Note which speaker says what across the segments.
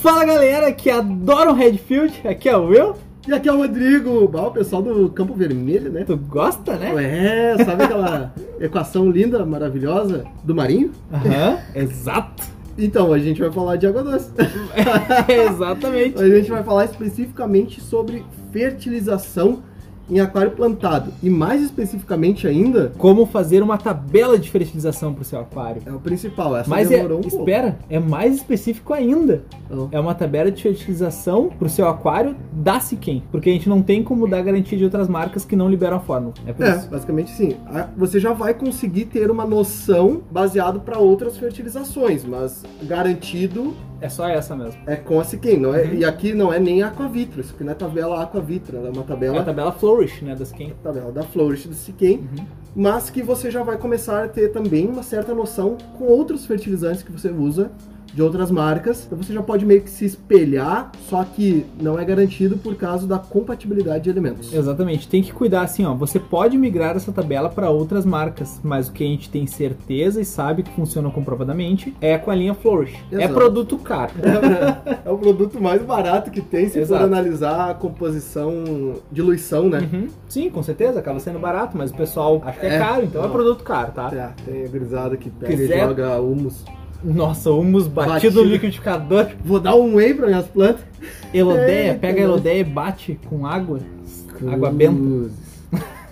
Speaker 1: Fala galera que adora o Redfield, aqui é o Will.
Speaker 2: E aqui é o Rodrigo, bah, o pessoal do Campo Vermelho, né?
Speaker 1: Tu gosta, né?
Speaker 2: É, sabe aquela equação linda, maravilhosa do Marinho?
Speaker 1: Aham, exato.
Speaker 2: Então, a gente vai falar de água doce.
Speaker 1: Exatamente.
Speaker 2: A gente vai falar especificamente sobre fertilização em aquário plantado. E mais especificamente ainda,
Speaker 1: Como fazer uma tabela de fertilização pro seu aquário.
Speaker 2: é o principal. Essa
Speaker 1: Mas é,
Speaker 2: demorou um pouco.
Speaker 1: espera, é mais específico ainda.
Speaker 2: Então,
Speaker 1: É uma tabela de fertilização pro seu aquário da Siquem, porque a gente não tem como dar garantia de outras marcas que não liberam a fórmula. É por
Speaker 2: É,
Speaker 1: isso.
Speaker 2: basicamente sim. A- Você já vai conseguir ter uma noção baseado para outras fertilizações, mas garantido
Speaker 1: É só essa mesmo.
Speaker 2: é com a Siquem, não é?
Speaker 1: Uhum.
Speaker 2: E aqui não é nem aquavitro, isso aqui não é tabela aquavitro, é uma
Speaker 1: É a
Speaker 2: tabela,
Speaker 1: tabela Flourish, né, da Siquem.
Speaker 2: tabela da Flourish do Siquem,
Speaker 1: Uhum.
Speaker 2: mas que você já vai começar a ter também uma certa noção com outros fertilizantes que você usa de outras marcas. Então você já pode meio que se espelhar, só que não é garantido por causa da compatibilidade de elementos.
Speaker 1: Exatamente, tem que cuidar assim, ó. Você pode migrar essa tabela para outras marcas, mas o que a gente tem certeza e sabe que funciona comprovadamente é com a linha Flourish. É
Speaker 2: Exato.
Speaker 1: produto caro.
Speaker 2: É o produto mais barato que tem se
Speaker 1: Exato.
Speaker 2: for analisar a composição, diluição, né?
Speaker 1: Uhum. Sim, com certeza, acaba sendo barato, mas o pessoal acha que é,
Speaker 2: É.
Speaker 1: caro, então é
Speaker 2: Não.
Speaker 1: produto caro, tá?
Speaker 2: É, tem a grisada que pega
Speaker 1: Quiser-
Speaker 2: e joga humus.
Speaker 1: Nossa, humus batido
Speaker 2: Batido.
Speaker 1: no liquidificador,
Speaker 2: Vou dar um whey para minhas plantas.
Speaker 1: elodeia,
Speaker 2: Eita,
Speaker 1: pega
Speaker 2: né?
Speaker 1: elodeia e bate com água, água benta.
Speaker 2: Cruzes.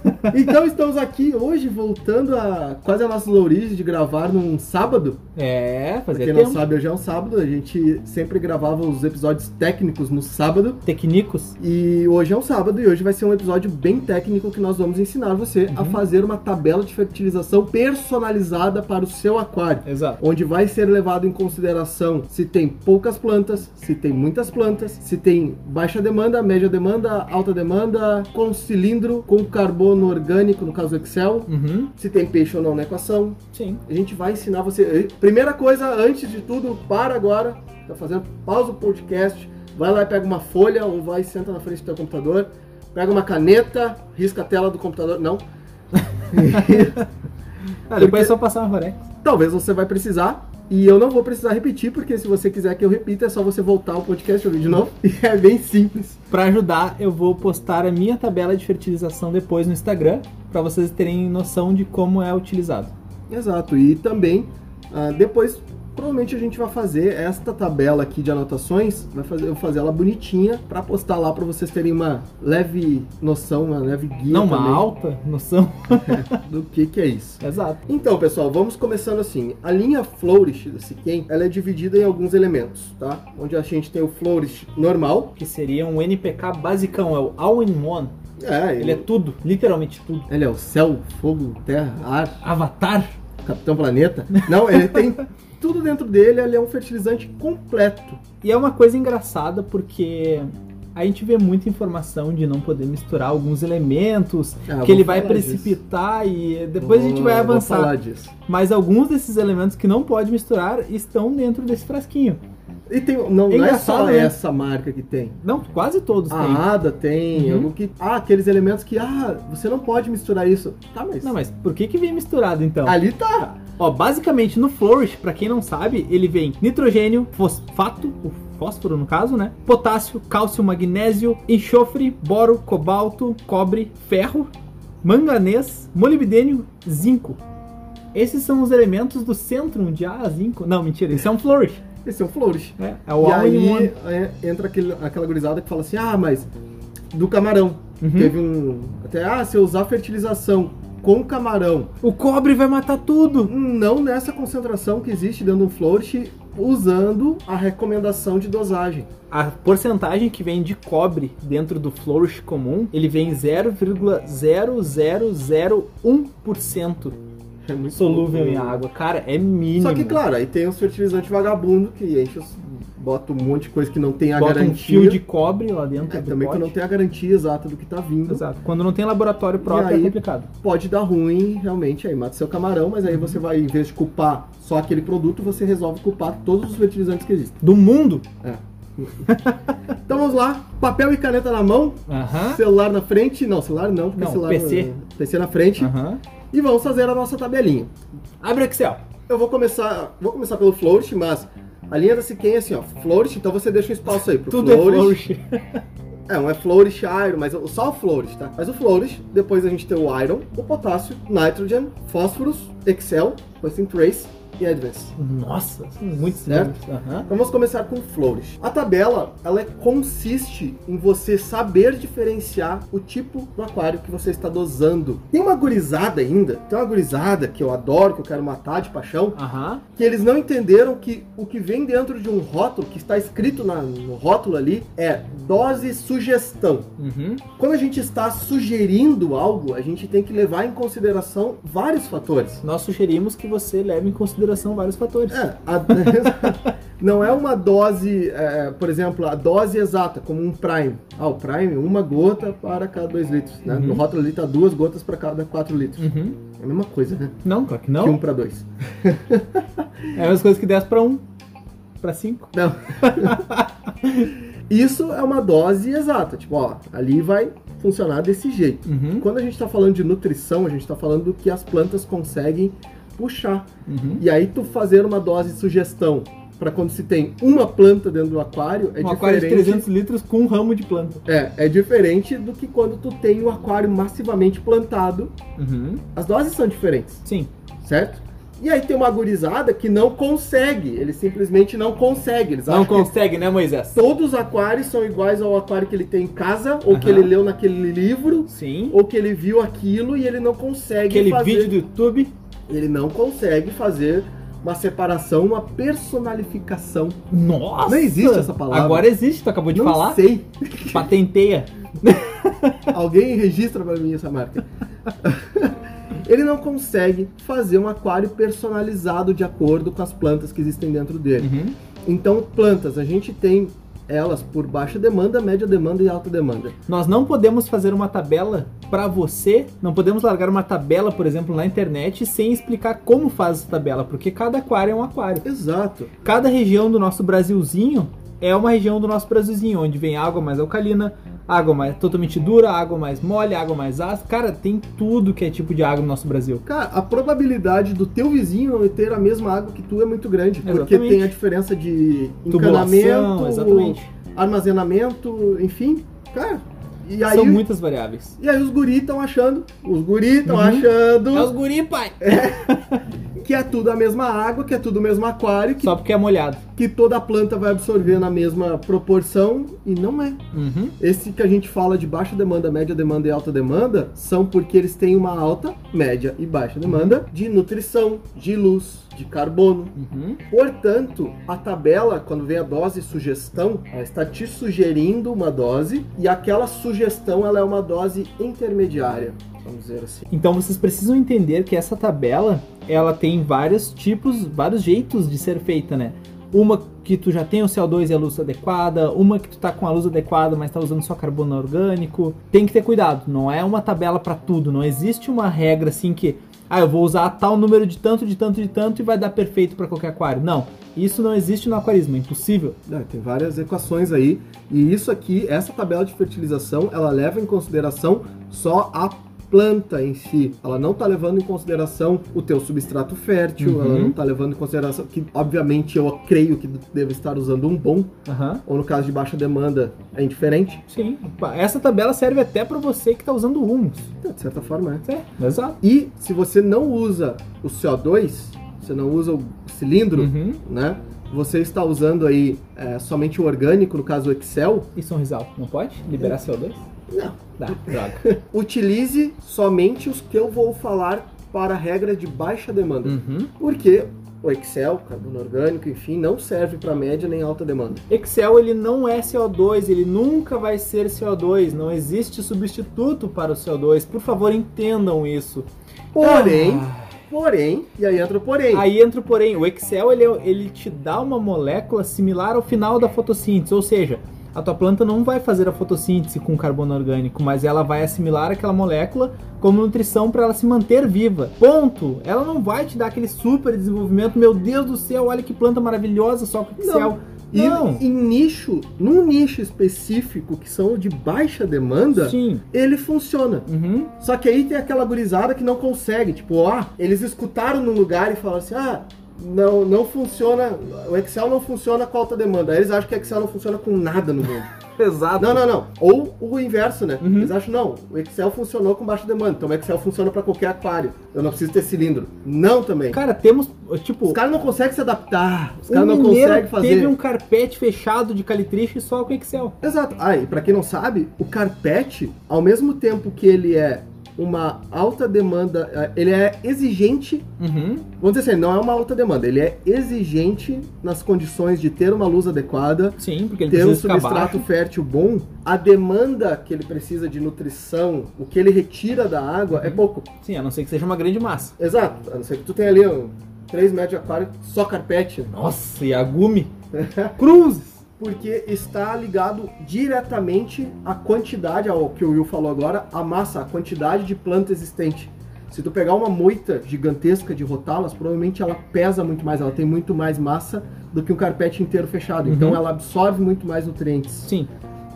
Speaker 2: então estamos aqui hoje voltando a quase a nossas origens de gravar num sábado.
Speaker 1: É,
Speaker 2: Pra
Speaker 1: fazer
Speaker 2: quem
Speaker 1: tempo.
Speaker 2: não sabe, hoje é um sábado. A gente sempre gravava os episódios técnicos no sábado.
Speaker 1: Tecnicos.
Speaker 2: E hoje é um sábado e hoje vai ser um episódio bem técnico que nós vamos ensinar você a
Speaker 1: Uhum.
Speaker 2: fazer uma tabela de fertilização personalizada para o seu aquário.
Speaker 1: Exato.
Speaker 2: Onde vai ser levado em consideração se tem poucas plantas, se tem muitas plantas, se tem baixa demanda, média demanda, alta demanda, com cilindro, com carbono orgânico, no caso Excel,
Speaker 1: Uhum,
Speaker 2: se tem peixe ou não na equação,
Speaker 1: sim.
Speaker 2: a gente vai ensinar você. eh, Primeira coisa, antes de tudo, para agora. Tá fazendo? Pausa o podcast. Vai lá e pega uma folha ou vai e senta na frente do teu computador. Pega uma caneta, risca a tela do computador. Não.
Speaker 1: Ah, depois é
Speaker 2: Porque-
Speaker 1: só passar uma Rorex.
Speaker 2: Talvez você vai precisar. E eu não vou precisar repetir, porque se você quiser que eu repita, é só você voltar o podcast e ouvir de novo. E é bem simples.
Speaker 1: Pra ajudar, eu vou postar a minha tabela de fertilização depois no Instagram, pra vocês terem noção de como é utilizado.
Speaker 2: Exato, e também ah, depois provavelmente a gente vai fazer esta tabela aqui de anotações, vai fazer, eu vou fazer ela bonitinha pra postar lá pra vocês terem uma leve noção, uma leve guia
Speaker 1: Não uma
Speaker 2: também
Speaker 1: alta noção.
Speaker 2: do que que é isso.
Speaker 1: Exato.
Speaker 2: Então, pessoal, vamos começando assim. A linha Flourish da Siquem, ela é dividida em alguns elementos, tá? Onde a gente tem o Flourish normal,
Speaker 1: Que seria um NPK basicão, é o All-in-One.
Speaker 2: é,
Speaker 1: Ele é tudo, literalmente tudo.
Speaker 2: ele é o céu, fogo, terra, ar,
Speaker 1: Avatar?
Speaker 2: Capitão Planeta. Não, ele tem tudo dentro dele, ele é um fertilizante completo.
Speaker 1: E é uma coisa engraçada porque a gente vê muita informação de não poder misturar alguns elementos,
Speaker 2: Ah, vou
Speaker 1: que ele vai
Speaker 2: falar disso.
Speaker 1: precipitar e depois a gente vai
Speaker 2: Vou- vou
Speaker 1: avançar.
Speaker 2: falar disso.
Speaker 1: Mas alguns desses elementos que não pode misturar estão dentro desse frasquinho.
Speaker 2: E tem, não, não é
Speaker 1: Engraçado,
Speaker 2: só
Speaker 1: né?
Speaker 2: essa marca que tem.
Speaker 1: Não, quase todos têm.
Speaker 2: A Ada tem,
Speaker 1: Uhum.
Speaker 2: algum que. Ah, aqueles elementos que. Ah, você não pode misturar isso. Tá, mas.
Speaker 1: Não, mas por que que vem misturado então?
Speaker 2: Ali tá.
Speaker 1: Ó, basicamente no Flourish, pra quem não sabe, ele vem nitrogênio, fosfato, o fósforo no caso, né? Potássio, cálcio, magnésio, enxofre, boro, cobalto, cobre, ferro, manganês, molibdênio, zinco. Esses são os elementos do centro de A a zinco. Não, mentira, isso é um Flourish.
Speaker 2: Esse é o Flourish.
Speaker 1: né? É o
Speaker 2: e
Speaker 1: all in one.
Speaker 2: aí é, entra aquele, aquela gurizada que fala assim: ah, mas. Do camarão.
Speaker 1: Uhum.
Speaker 2: Teve um. Até, ah, se eu usar fertilização com camarão,
Speaker 1: O cobre vai matar tudo.
Speaker 2: não nessa concentração que existe dentro do Flourish, usando a recomendação de dosagem.
Speaker 1: A porcentagem que vem de cobre dentro do Flourish comum, ele vem 0,0001%.
Speaker 2: É muito
Speaker 1: solúvel
Speaker 2: louco,
Speaker 1: em
Speaker 2: né?
Speaker 1: água. Cara, é mínimo.
Speaker 2: Só que, claro, aí tem os fertilizantes vagabundo que enche os... bota um monte de coisa que não tem a
Speaker 1: Bota um
Speaker 2: garantia.
Speaker 1: fio de cobre lá dentro
Speaker 2: É,
Speaker 1: do
Speaker 2: também que
Speaker 1: pote.
Speaker 2: não tem a garantia exata do que tá vindo.
Speaker 1: Exato. Quando não tem laboratório próprio
Speaker 2: E aí-
Speaker 1: é complicado.
Speaker 2: Pode dar ruim, realmente, aí mata seu camarão, mas aí você vai, em vez de culpar só aquele produto, você resolve culpar todos os fertilizantes que existem.
Speaker 1: Do mundo?
Speaker 2: Então vamos lá, papel e caneta na mão,
Speaker 1: Aham.
Speaker 2: celular na frente, não, celular não, porque
Speaker 1: Ah. Não, Ah.
Speaker 2: celular
Speaker 1: PC.
Speaker 2: PC na frente,
Speaker 1: Aham.
Speaker 2: e vamos fazer a nossa tabelinha.
Speaker 1: Abre o Excel.
Speaker 2: Eu vou começar, vou começar pelo float, mas A linha da Siquem é assim, ó, Flourish, então você deixa um espaço aí pro
Speaker 1: Tudo é
Speaker 2: Flourish.
Speaker 1: flourish.
Speaker 2: É, um é Flourish Iron, mas o- só o Flourish, tá? Mas o Flourish, depois a gente tem o Iron, o Potássio, Nitrogen, Fósforos, Excel, depois tem Trace e Advance.
Speaker 1: Nossa, são muitos
Speaker 2: Certo?
Speaker 1: nomes. Aham.
Speaker 2: Então vamos começar com Flourish. A tabela, ela é- consiste em você saber diferenciar o tipo do aquário que você está dosando. Tem uma gurizada ainda, tem uma gurizada que eu adoro, que eu quero matar de paixão,
Speaker 1: Aham.
Speaker 2: que eles não entenderam que o que vem dentro de um rótulo, que está escrito na- no rótulo ali, é dose sugestão.
Speaker 1: Uhum.
Speaker 2: Quando a gente está sugerindo algo, a gente tem que levar em consideração vários fatores.
Speaker 1: Nós sugerimos que você leve em consideração vários fatores.
Speaker 2: É, a- não é uma dose, é, por exemplo, a dose exata, como um prime. Ah, o prime, uma gota para cada dois litros. Né?
Speaker 1: Uhum.
Speaker 2: No rótulo ali está duas gotas para cada quatro litros.
Speaker 1: Uhum.
Speaker 2: É a mesma coisa, né?
Speaker 1: Não, claro que
Speaker 2: Que um
Speaker 1: não.
Speaker 2: para dois.
Speaker 1: É a mesma coisa que 10 pra 1, pra 5.
Speaker 2: Não. Isso é uma dose exata. Tipo, ó, ali vai funcionar desse jeito.
Speaker 1: Uhum.
Speaker 2: Quando a gente tá falando de nutrição, a gente tá falando do que as plantas conseguem puxar.
Speaker 1: Uhum.
Speaker 2: E aí tu fazer uma dose de sugestão para quando se tem uma planta dentro do aquário é
Speaker 1: um
Speaker 2: diferente.
Speaker 1: aquário de 300 litros com um ramo de planta.
Speaker 2: É, é diferente do que quando tu tem o aquário massivamente plantado.
Speaker 1: Uhum.
Speaker 2: As doses são diferentes,
Speaker 1: Sim.
Speaker 2: certo? E aí tem uma gurizada que não consegue, eles simplesmente não conseguem. Eles
Speaker 1: Não
Speaker 2: acham que
Speaker 1: consegue, né, Moisés?
Speaker 2: todos os aquários são iguais ao aquário que ele tem em casa, ou que
Speaker 1: Aham.
Speaker 2: ele leu naquele livro,
Speaker 1: Sim.
Speaker 2: ou que ele viu aquilo e ele não consegue
Speaker 1: Aquele
Speaker 2: fazer.
Speaker 1: vídeo do YouTube.
Speaker 2: Ele não consegue fazer uma separação, uma personalificação.
Speaker 1: Nossa!
Speaker 2: Não existe essa palavra.
Speaker 1: Agora existe, tu acabou de
Speaker 2: não
Speaker 1: falar.
Speaker 2: sei.
Speaker 1: Patenteia.
Speaker 2: Alguém registra pra mim essa marca. ele não consegue fazer um aquário personalizado de acordo com as plantas que existem dentro dele.
Speaker 1: Uhum.
Speaker 2: Então, plantas, a gente tem elas por baixa demanda, média demanda e alta demanda.
Speaker 1: Nós não podemos fazer uma tabela pra você, não podemos largar uma tabela, por exemplo, na internet sem explicar como faz essa tabela, porque cada aquário é um aquário.
Speaker 2: Exato.
Speaker 1: Cada região do nosso Brasilzinho é uma região do nosso Brasilzinho, onde vem água mais alcalina, água mais totalmente dura, água mais mole, água mais ácida. Cara, tem tudo que é tipo de água no nosso Brasil.
Speaker 2: Cara, a probabilidade do teu vizinho não ter a mesma água que tu é muito grande, porque
Speaker 1: Exatamente.
Speaker 2: tem a diferença de
Speaker 1: Tubulação,
Speaker 2: encanamento,
Speaker 1: exatamente.
Speaker 2: armazenamento, enfim. Cara, e aí,
Speaker 1: São muitas variáveis.
Speaker 2: e aí os guris estão achando, os guris estão
Speaker 1: Uhum.
Speaker 2: achando
Speaker 1: É os guri, pai!
Speaker 2: que é tudo a mesma água, que é tudo o mesmo aquário, que,
Speaker 1: Só porque é molhado.
Speaker 2: que toda a planta vai absorver na mesma proporção e não é.
Speaker 1: Uhum.
Speaker 2: Esse que a gente fala de baixa demanda, média demanda e alta demanda são porque eles têm uma alta, média e baixa demanda de nutrição, de luz, de carbono.
Speaker 1: Uhum.
Speaker 2: Portanto, a tabela, quando vem a dose sugestão, ela está te sugerindo uma dose e aquela sugestão ela é uma dose intermediária, vamos dizer assim.
Speaker 1: Então vocês precisam entender que essa tabela, ela tem vários tipos, vários jeitos de ser feita, né? Uma que tu já tem o CO2 e a luz adequada, uma que tu tá com a luz adequada, mas tá usando só carbono orgânico. Tem que ter cuidado, não é uma tabela pra tudo, não existe uma regra assim que, ah, eu vou usar tal número de tanto, de tanto, de tanto e vai dar perfeito pra qualquer aquário. Não, isso não existe no aquarismo, é impossível.
Speaker 2: Ah, tem várias equações aí e isso aqui, essa tabela de fertilização, ela leva em consideração só a planta em si. Ela não está levando em consideração o teu substrato fértil,
Speaker 1: Uhum.
Speaker 2: ela não está levando em consideração que, obviamente, eu creio que deve estar usando um bom,
Speaker 1: Aham.
Speaker 2: ou no caso de baixa demanda, é indiferente.
Speaker 1: Sim, essa tabela serve até pra você que tá usando humus.
Speaker 2: Então, de certa forma, é.
Speaker 1: É, exato.
Speaker 2: E se você não usa o CO2, você não usa o cilindro,
Speaker 1: Uhum.
Speaker 2: né? Você está usando aí é, somente o orgânico, no caso o Excel,
Speaker 1: E Sorrisal, não pode? Liberar CO2?
Speaker 2: Não.
Speaker 1: Dá, droga.
Speaker 2: utilize somente os que eu vou falar para a regra de baixa demanda.
Speaker 1: Uhum.
Speaker 2: Porque o Excel, carbono orgânico, enfim, não serve para média nem alta demanda.
Speaker 1: Excel ele não é CO2, ele nunca vai ser CO2, não existe substituto para o CO2. Por favor, entendam isso.
Speaker 2: Porém,
Speaker 1: Ah,
Speaker 2: porém, e aí entra o porém.
Speaker 1: aí entra o porém, o Excel ele, é- ele te dá uma molécula similar ao final da fotossíntese, ou seja, a tua planta não vai fazer a fotossíntese com carbono orgânico, mas ela vai assimilar aquela molécula como nutrição para ela se manter viva. Ponto. Ela não vai te dar aquele super desenvolvimento, meu Deus do céu, olha que planta maravilhosa só com Excel.
Speaker 2: e
Speaker 1: não.
Speaker 2: em nicho, num nicho específico que são de baixa demanda,
Speaker 1: Sim.
Speaker 2: ele funciona.
Speaker 1: Uhum.
Speaker 2: Só que aí tem aquela gurizada que não consegue, tipo, ah, eles escutaram num lugar e falaram assim: "Ah, não, não funciona, o Excel não funciona com alta demanda. Aí Eles acham que Excel não funciona com nada no mundo.
Speaker 3: Pesado.
Speaker 2: Não, não, não. Ou o inverso, né?
Speaker 1: Uhum.
Speaker 2: Eles acham, não, o Excel funcionou com baixa demanda, então o Excel funciona pra qualquer aquário. Eu não preciso ter cilindro. Não também.
Speaker 1: Cara, temos, tipo,
Speaker 2: Os caras não conseguem se adaptar, os
Speaker 1: o
Speaker 2: caras não
Speaker 1: mineiro
Speaker 2: conseguem fazer.
Speaker 1: teve um carpete fechado de calitriche só com Excel.
Speaker 2: Exato. Ah, e pra quem não sabe, o carpete, ao mesmo tempo que ele é uma alta demanda, eh, ele é exigente,
Speaker 1: Uhum.
Speaker 2: vamos dizer assim, não é uma alta demanda, ele é exigente nas condições de ter uma luz adequada,
Speaker 1: Sim, porque ele
Speaker 2: ter um
Speaker 1: precisa ficar
Speaker 2: substrato
Speaker 1: baixo.
Speaker 2: fértil bom, a demanda que ele precisa de nutrição, o que ele retira da água,
Speaker 1: Uhum.
Speaker 2: é pouco.
Speaker 1: Sim, a não ser que seja uma grande massa.
Speaker 2: Exato, a não ser que tu tenha ali um 3 metros de aquário só carpete, né?
Speaker 1: Nossa, e a Gumi? Cruzes!
Speaker 2: porque está ligado diretamente à quantidade, ao que o Will falou agora, à massa, à quantidade de planta existente. Se tu pegar uma moita gigantesca de rotalas, provavelmente ela pesa muito mais, ela tem muito mais massa do que um carpete inteiro fechado. Então
Speaker 1: Uhum.
Speaker 2: ela absorve muito mais nutrientes.
Speaker 1: Sim,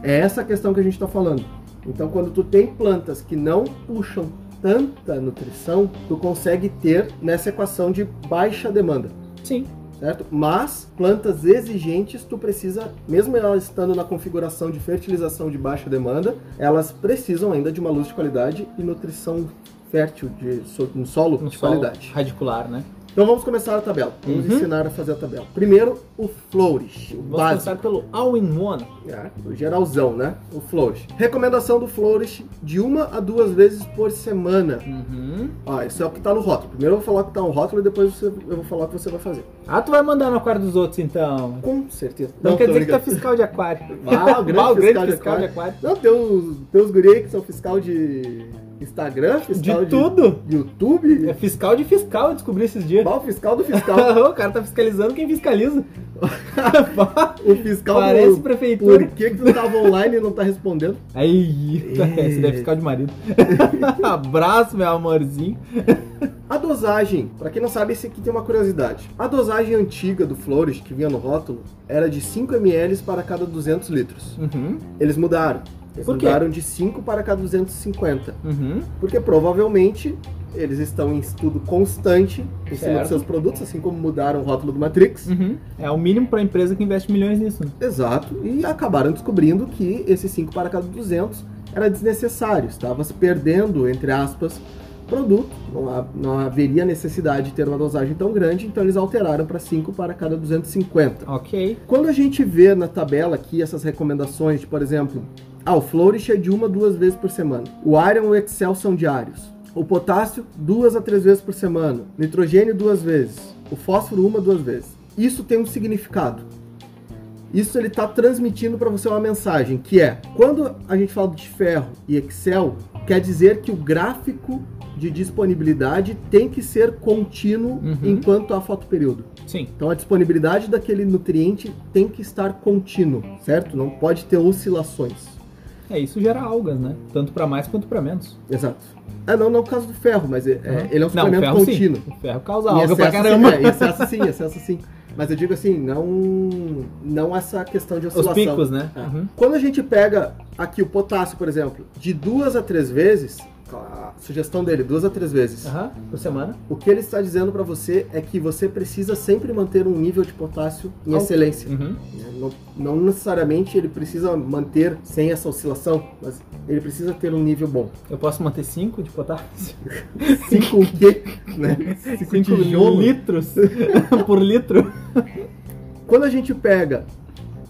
Speaker 2: É essa a questão que a gente está falando. Então, quando tu tem plantas que não puxam tanta nutrição, tu consegue ter nessa equação de baixa demanda,
Speaker 1: sim.
Speaker 2: certo? Mas plantas exigentes, tu precisa, mesmo elas estando na configuração de fertilização de baixa demanda, elas precisam ainda de uma luz de qualidade e nutrição fértil de so- um solo
Speaker 1: Um
Speaker 2: de
Speaker 1: solo
Speaker 2: qualidade.
Speaker 1: radicular, né?
Speaker 2: Então vamos começar a tabela. Vamos
Speaker 1: Uhum.
Speaker 2: ensinar a fazer a tabela. Primeiro, o flourish, o
Speaker 1: Vamos
Speaker 2: básico.
Speaker 1: começar pelo all-in-one.
Speaker 2: É, o geralzão, né? O Flourish. Recomendação do Flourish de uma a duas vezes por semana.
Speaker 1: Uhum.
Speaker 2: Ó, isso é o que tá no rótulo. Primeiro eu vou falar o que tá no rótulo e depois você- eu vou falar o que você vai fazer.
Speaker 1: Ah, tu vai mandar no aquário dos outros, então.
Speaker 2: Com certeza.
Speaker 1: Não, quer
Speaker 2: tô
Speaker 1: dizer que tá
Speaker 2: brincando.
Speaker 1: fiscal de aquário.
Speaker 2: Ah, o grande
Speaker 1: Bah,
Speaker 2: fiscal de
Speaker 1: de aquário.
Speaker 2: Não, tem os, tem os guri aí que são fiscal de Instagram, fiscal de,
Speaker 1: De tudo.
Speaker 2: YouTube.
Speaker 1: É fiscal de fiscal, eu descobri esses dias.
Speaker 2: Qual o fiscal do fiscal?
Speaker 1: o cara tá fiscalizando quem fiscaliza.
Speaker 2: o fiscal
Speaker 1: Parece
Speaker 2: do...
Speaker 1: prefeitura.
Speaker 2: Por que que tu tava online e não tá respondendo?
Speaker 1: Aí, esse
Speaker 2: É.
Speaker 1: deve fiscal de marido. Abraço, meu amorzinho.
Speaker 2: A dosagem, pra quem não sabe, esse aqui tem uma curiosidade. A dosagem antiga do Flores, que vinha no rótulo, era de 5 ml para cada 200 litros.
Speaker 1: Uhum,
Speaker 2: Eles mudaram. Eles
Speaker 1: Por quê?
Speaker 2: mudaram de 5 para cada 250.
Speaker 1: uhum.
Speaker 2: Porque provavelmente eles estão em estudo constante em cima
Speaker 1: Certo.
Speaker 2: dos seus produtos, assim como mudaram o rótulo do Matrix.
Speaker 1: Uhum. É o mínimo pra empresa que investe milhões nisso. né?
Speaker 2: Exato. E acabaram descobrindo que esse 5 para cada 200 era desnecessário. Estava se perdendo, entre aspas, produto. Não, ha- não haveria necessidade de ter uma dosagem tão grande, então eles alteraram para 5 para cada 250.
Speaker 1: Ok.
Speaker 2: Quando a gente vê na tabela aqui essas recomendações, de, por exemplo, ah, o Flourish é de uma a duas vezes por semana. O Iron e o Excel são diários. O potássio, duas a três vezes por semana. Nitrogênio, duas vezes. O fósforo, uma a duas vezes. Isso tem um significado. Isso ele está transmitindo para você uma mensagem, que é, quando a gente fala de ferro e Excel, quer dizer que o gráfico de disponibilidade tem que ser contínuo
Speaker 1: Uhum.
Speaker 2: enquanto há fotoperíodo.
Speaker 1: Sim.
Speaker 2: Então a disponibilidade daquele nutriente tem que estar contínuo, certo? Não pode ter oscilações.
Speaker 1: É, isso gera algas, né? Tanto pra mais quanto pra menos. Uhum.
Speaker 2: Exato. Ah, não, não é o caso do ferro, mas é- é- ele é
Speaker 1: Não,
Speaker 2: um
Speaker 1: o
Speaker 2: suplemento
Speaker 1: ferro
Speaker 2: contínuo.
Speaker 1: sim. O ferro causa
Speaker 2: Em
Speaker 1: alga pra
Speaker 2: excesso,
Speaker 1: caramba.
Speaker 2: Sim, é, em excesso sim, em excesso sim. Mas eu digo assim, não, não essa questão de
Speaker 1: Os
Speaker 2: oscilação.
Speaker 1: picos, né?
Speaker 2: É.
Speaker 1: Uhum.
Speaker 2: Quando a gente pega aqui o potássio, por exemplo, de duas a três vezes, a sugestão dele, duas a três vezes,
Speaker 1: Aham, por semana.
Speaker 2: o que ele está dizendo para você é que você precisa sempre manter um nível de potássio em
Speaker 1: Alto.
Speaker 2: excelência.
Speaker 1: Uhum.
Speaker 2: né? Não, não necessariamente ele precisa manter sem essa oscilação, mas ele precisa ter um nível bom.
Speaker 1: Eu posso manter 5 de potássio?
Speaker 2: 5 o quê? Né?
Speaker 1: 5
Speaker 2: tijolo.
Speaker 1: litros por litro?
Speaker 2: Quando a gente pega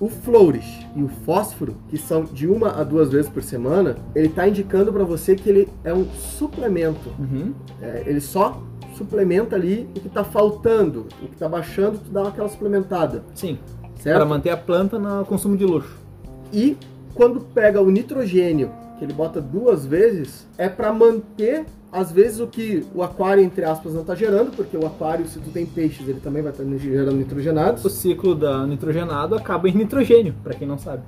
Speaker 2: o flourish e o fósforo, que são de uma a duas vezes por semana, ele está indicando para você que ele é um suplemento.
Speaker 1: Uhum.
Speaker 2: É, ele só suplementa ali o que está faltando, o que está baixando, tu dá aquela suplementada,
Speaker 1: Sim.
Speaker 2: certo?
Speaker 1: Para manter a planta no consumo de luxo.
Speaker 2: E quando pega o nitrogênio, que ele bota duas vezes, é para manter às vezes o que o aquário entre aspas não está gerando, porque o aquário se tu tem peixes, ele também vai estar gerando
Speaker 1: O
Speaker 2: nitrogenados.
Speaker 1: ciclo da nitrogenado acaba em nitrogênio, para quem não sabe.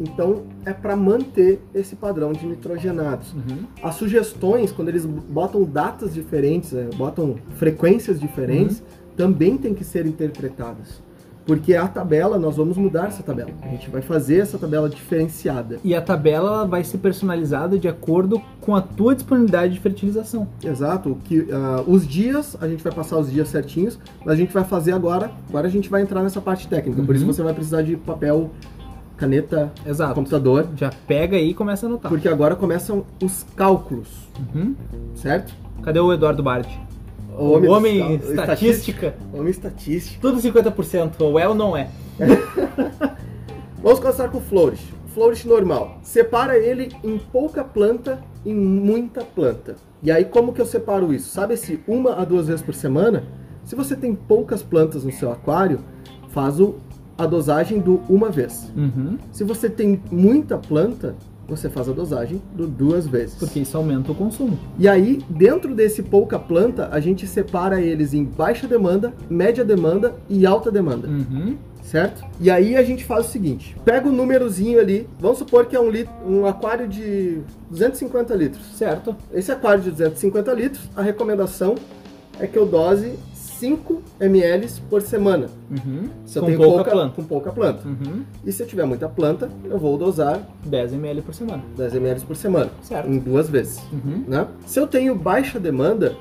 Speaker 2: Então é para manter esse padrão de nitrogenados.
Speaker 1: Uhum.
Speaker 2: As sugestões, quando eles botam datas diferentes, né, botam frequências diferentes, também tem que ser interpretadas. Porque a tabela, nós vamos mudar essa tabela. A gente vai fazer essa tabela diferenciada.
Speaker 1: E a tabela ela vai ser personalizada de acordo com a tua disponibilidade de fertilização.
Speaker 2: Exato. o Que, ah, os dias, a gente vai passar os dias certinhos, mas a gente vai fazer agora. Agora a gente vai entrar nessa parte técnica. Por isso
Speaker 1: Uhum.
Speaker 2: você vai precisar de papel, caneta,
Speaker 1: Exato.
Speaker 2: computador.
Speaker 1: Já pega aí e começa a anotar.
Speaker 2: Porque agora começam os cálculos,
Speaker 1: Uhum.
Speaker 2: certo?
Speaker 1: Cadê o Eduardo Bard? O
Speaker 2: dos
Speaker 1: homem
Speaker 2: cal-
Speaker 1: estatística.
Speaker 2: Homem estatístico.
Speaker 1: Tudo 50%, ou é ou não é.
Speaker 2: Vamos começar com o flourish. Flourish normal. Separa ele em pouca planta, em muita planta. E aí, como que eu separo isso? Sabe se uma a duas vezes por semana? Se você tem poucas plantas no seu aquário, faz o- a dosagem do uma vez.
Speaker 1: Uhum.
Speaker 2: Se você tem muita planta, você faz a dosagem do duas vezes.
Speaker 1: Porque isso aumenta o consumo.
Speaker 2: E aí, dentro desse pouca planta, a gente separa eles em baixa demanda, média demanda e alta demanda
Speaker 1: Uhum.
Speaker 2: certo? E aí a gente faz o seguinte: pega o númerozinho ali, vamos supor que é um, lit- um aquário de 250 litros.
Speaker 1: Certo.
Speaker 2: Esse aquário de 250 litros, a recomendação é que eu dose 5 ml por semana.
Speaker 1: Uhum.
Speaker 2: Se eu
Speaker 1: Com
Speaker 2: tenho
Speaker 1: pouca planta.
Speaker 2: com pouca planta.
Speaker 1: Uhum.
Speaker 2: E se eu tiver muita planta, eu vou dosar
Speaker 1: 10 ml por semana.
Speaker 2: 10 ml por semana,
Speaker 1: Certo.
Speaker 2: em duas vezes.
Speaker 1: Uhum.
Speaker 2: né? Se eu tenho baixa demanda,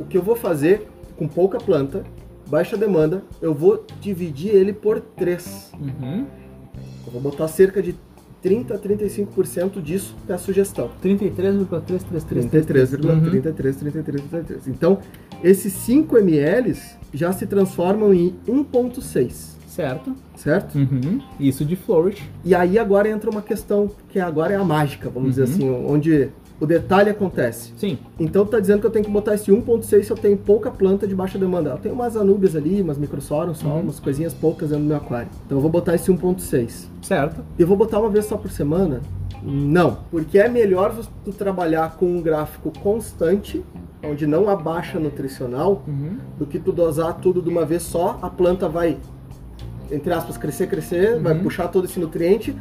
Speaker 2: o que eu vou fazer com pouca planta, baixa demanda, eu vou dividir ele por 3.
Speaker 1: Uhum.
Speaker 2: Eu vou botar cerca de 30 a 35% disso é a sugestão.
Speaker 1: 33,3333. Uhum.
Speaker 2: 33,333333. Então, esses 5 ml já se transformam em 1.6,
Speaker 1: Certo.
Speaker 2: certo?
Speaker 1: Uhum. Isso de flourish.
Speaker 2: E aí agora entra uma questão que agora é a mágica, vamos dizer
Speaker 1: Uhum.
Speaker 2: assim, onde o detalhe acontece.
Speaker 1: Sim.
Speaker 2: Então tá dizendo que eu tenho que botar esse 1.6 se eu tenho pouca planta de baixa demanda. Eu tenho umas anúbias ali, umas microsorums só,
Speaker 1: Uhum.
Speaker 2: umas coisinhas poucas dentro do meu aquário. Então eu vou botar esse 1.6.
Speaker 1: Certo.
Speaker 2: Eu vou botar uma vez só por semana? Não, porque é melhor você tu trabalhar com um gráfico constante, onde não há baixa nutricional,
Speaker 1: Uhum.
Speaker 2: do que tu dosar tudo de uma vez só, a planta vai, entre aspas, crescer, crescer,
Speaker 1: Uhum.
Speaker 2: vai puxar todo esse nutriente,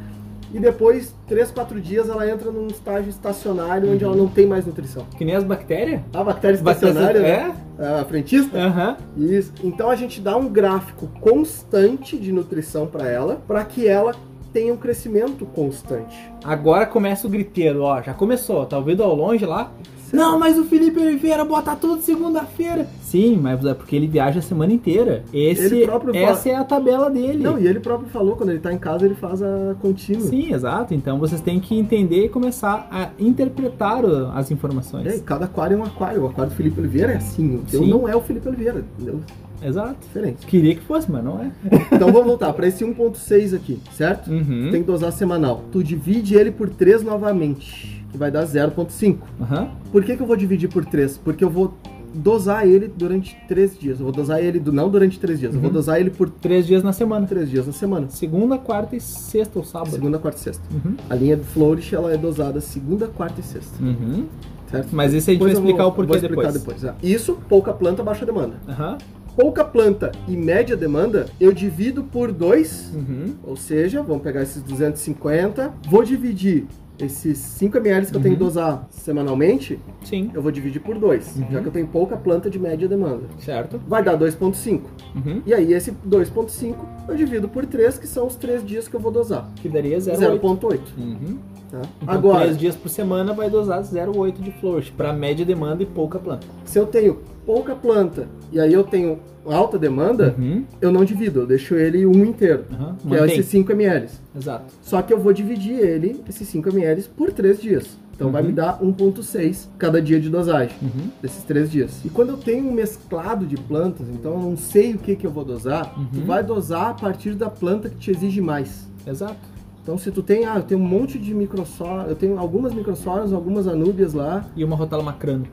Speaker 2: e depois, três, quatro dias, ela entra num estágio estacionário onde
Speaker 1: Uhum.
Speaker 2: ela não tem mais nutrição.
Speaker 1: Que nem as bactérias.
Speaker 2: A bactéria estacionária, né?
Speaker 1: É?
Speaker 2: a frentista,
Speaker 1: Aham.
Speaker 2: isso. Então a gente dá um gráfico constante de nutrição para ela, para que ela tenha um crescimento constante.
Speaker 1: Agora começa o griteiro, ó. Já começou. Tá ouvindo ao longe lá? Não, mas o Felipe Oliveira bota tudo segunda-feira. Sim, mas é porque ele viaja a semana inteira. Esse,
Speaker 2: Ele próprio fala-
Speaker 1: essa é a tabela dele.
Speaker 2: Não, e ele próprio falou, quando ele tá em casa, ele faz a contínua.
Speaker 1: Sim, exato. Então vocês têm que entender e começar a interpretar o- as
Speaker 2: É, e
Speaker 1: informações.
Speaker 2: cada aquário é um aquário. O aquário do Felipe Oliveira é assim. O teu
Speaker 1: Sim.
Speaker 2: não é o Felipe Oliveira, entendeu?
Speaker 1: Exato.
Speaker 2: Diferente.
Speaker 1: Queria que fosse, mas não é.
Speaker 2: Então vamos voltar para esse 1.6 aqui, certo?
Speaker 1: Uhum.
Speaker 2: Tu Tem que dosar semanal. Tu divide ele por 3 novamente, que vai dar 0.5.
Speaker 1: Aham.
Speaker 2: Por que, que eu vou dividir por 3? Porque eu vou dosar ele durante 3 dias. Eu vou dosar ele, do, não durante 3 dias, eu vou
Speaker 1: Uhum.
Speaker 2: dosar ele por
Speaker 1: Três dias na semana.
Speaker 2: 3 dias na semana.
Speaker 1: Segunda, quarta e sexta ou sábado.
Speaker 2: Segunda, quarta e sexta.
Speaker 1: Uhum.
Speaker 2: A linha do Flourish, ela é dosada segunda, quarta e sexta,
Speaker 1: Uhum.
Speaker 2: certo?
Speaker 1: Mas esse a gente vai
Speaker 2: Depois eu
Speaker 1: explicar
Speaker 2: vou-
Speaker 1: o porquê
Speaker 2: vou explicar
Speaker 1: depois.
Speaker 2: depois. é. Isso, pouca planta, baixa demanda.
Speaker 1: Aham.
Speaker 2: Pouca planta e média demanda, eu divido por 2,
Speaker 1: Uhum.
Speaker 2: ou seja, vamos pegar esses 250, vou dividir esses 5 ml que eu tenho que
Speaker 1: Uhum.
Speaker 2: dosar semanalmente,
Speaker 1: Sim.
Speaker 2: eu vou dividir por 2,
Speaker 1: Uhum.
Speaker 2: já que eu tenho pouca planta de média demanda.
Speaker 1: Certo.
Speaker 2: Vai dar 2.5.
Speaker 1: Uhum.
Speaker 2: E aí esse 2.5 eu divido por 3, que são os 3 dias que eu vou dosar.
Speaker 1: Que daria 0,8.
Speaker 2: 0.8.
Speaker 1: Uhum.
Speaker 2: Tá?
Speaker 1: Então,
Speaker 2: Agora,
Speaker 1: três dias por semana vai dosar 0,8 de flourish para média demanda e pouca planta.
Speaker 2: se eu tenho pouca planta e aí eu tenho alta demanda,
Speaker 1: Uhum.
Speaker 2: eu não divido, eu deixo ele um inteiro,
Speaker 1: Aham.
Speaker 2: que é
Speaker 1: Mantém.
Speaker 2: esses 5 ml.
Speaker 1: Exato.
Speaker 2: Só que eu vou dividir ele, esses 5 ml, por 3 dias. Então vai
Speaker 1: Uhum.
Speaker 2: me dar 1,6 cada dia de dosagem,
Speaker 1: Uhum.
Speaker 2: desses 3 dias. E quando eu tenho um mesclado de plantas, então eu não sei o que, que eu vou dosar, tu
Speaker 1: Uhum.
Speaker 2: vai dosar a partir da planta que te exige mais.
Speaker 1: Exato.
Speaker 2: Então se tu tem, ah, eu tenho um monte de microsoras, eu tenho algumas microsoras, algumas anúbias lá,
Speaker 1: E uma rotala macrana.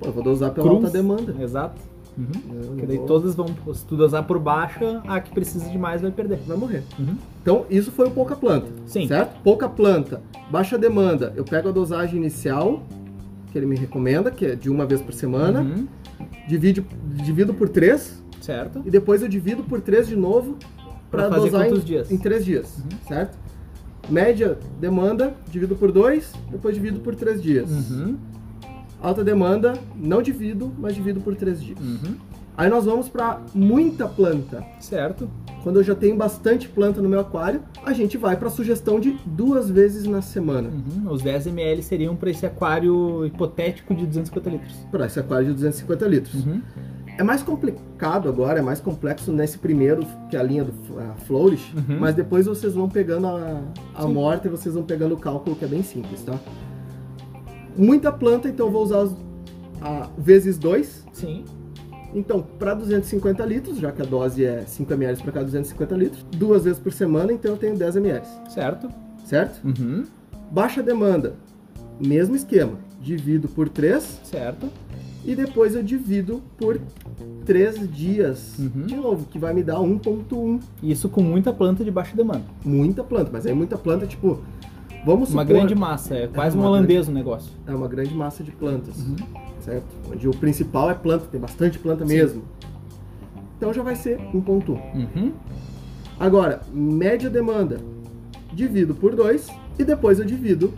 Speaker 2: pô, eu vou dosar pela
Speaker 1: Cruz.
Speaker 2: Então, alta demanda.
Speaker 1: Exato. Uhum.
Speaker 2: Eu
Speaker 1: Porque
Speaker 2: não
Speaker 1: daí
Speaker 2: vou-
Speaker 1: todas vão. Se tu dosar por baixa, a que precisa de mais vai perder.
Speaker 2: Vai morrer.
Speaker 1: Uhum.
Speaker 2: Então isso foi o pouca planta,
Speaker 1: Sim.
Speaker 2: certo? Pouca planta, baixa demanda, eu pego a dosagem inicial, que ele me recomenda, que é de uma vez por semana,
Speaker 1: Uhum.
Speaker 2: divido, divido por três,
Speaker 1: Certo.
Speaker 2: e depois eu divido por três de novo
Speaker 1: Pra
Speaker 2: para
Speaker 1: fazer
Speaker 2: dosar
Speaker 1: quantos
Speaker 2: em,
Speaker 1: dias?
Speaker 2: em três dias,
Speaker 1: Uhum.
Speaker 2: certo? Média demanda, divido por dois, depois divido por três dias.
Speaker 1: Uhum.
Speaker 2: Alta demanda, não divido, mas divido por três dias.
Speaker 1: Uhum.
Speaker 2: Aí nós vamos para muita planta.
Speaker 1: Certo.
Speaker 2: Quando eu já tenho bastante planta no meu aquário, a gente vai para a sugestão de duas vezes na semana.
Speaker 1: Uhum, Os 10 ml seriam para esse aquário hipotético de 250 litros.
Speaker 2: Para esse aquário de 250 litros.
Speaker 1: Uhum.
Speaker 2: É mais complicado agora, é mais complexo nesse primeiro, que é a linha do F- a Flourish,
Speaker 1: Uhum.
Speaker 2: mas depois vocês vão pegando a, a
Speaker 1: Sim.
Speaker 2: morta e vocês vão pegando o cálculo, que é bem simples, tá? Muita planta, então eu vou usar os, a- vezes 2.
Speaker 1: Sim.
Speaker 2: Então, para 250 litros, já que a dose é 5 ml para cada 250 litros, duas vezes por semana, então eu tenho 10 ml,
Speaker 1: Certo.
Speaker 2: certo?
Speaker 1: Uhum.
Speaker 2: Baixa demanda, mesmo esquema. Divido por 3
Speaker 1: Certo.
Speaker 2: e depois eu divido por 3 dias.
Speaker 1: Uhum.
Speaker 2: De novo, que vai me dar 1.1.
Speaker 1: Isso com muita planta de baixa demanda.
Speaker 2: Muita planta, mas aí muita planta, tipo, vamos
Speaker 1: Uma
Speaker 2: supor...
Speaker 1: grande massa, é quase um
Speaker 2: uma Uhum.
Speaker 1: holandês o negócio.
Speaker 2: É uma grande massa de plantas, certo? Onde o principal é planta, tem bastante planta
Speaker 1: Uhum. Sim.
Speaker 2: mesmo. Então já vai ser 1.1.
Speaker 1: Uhum.
Speaker 2: Agora, média demanda, divido por 2 e depois eu divido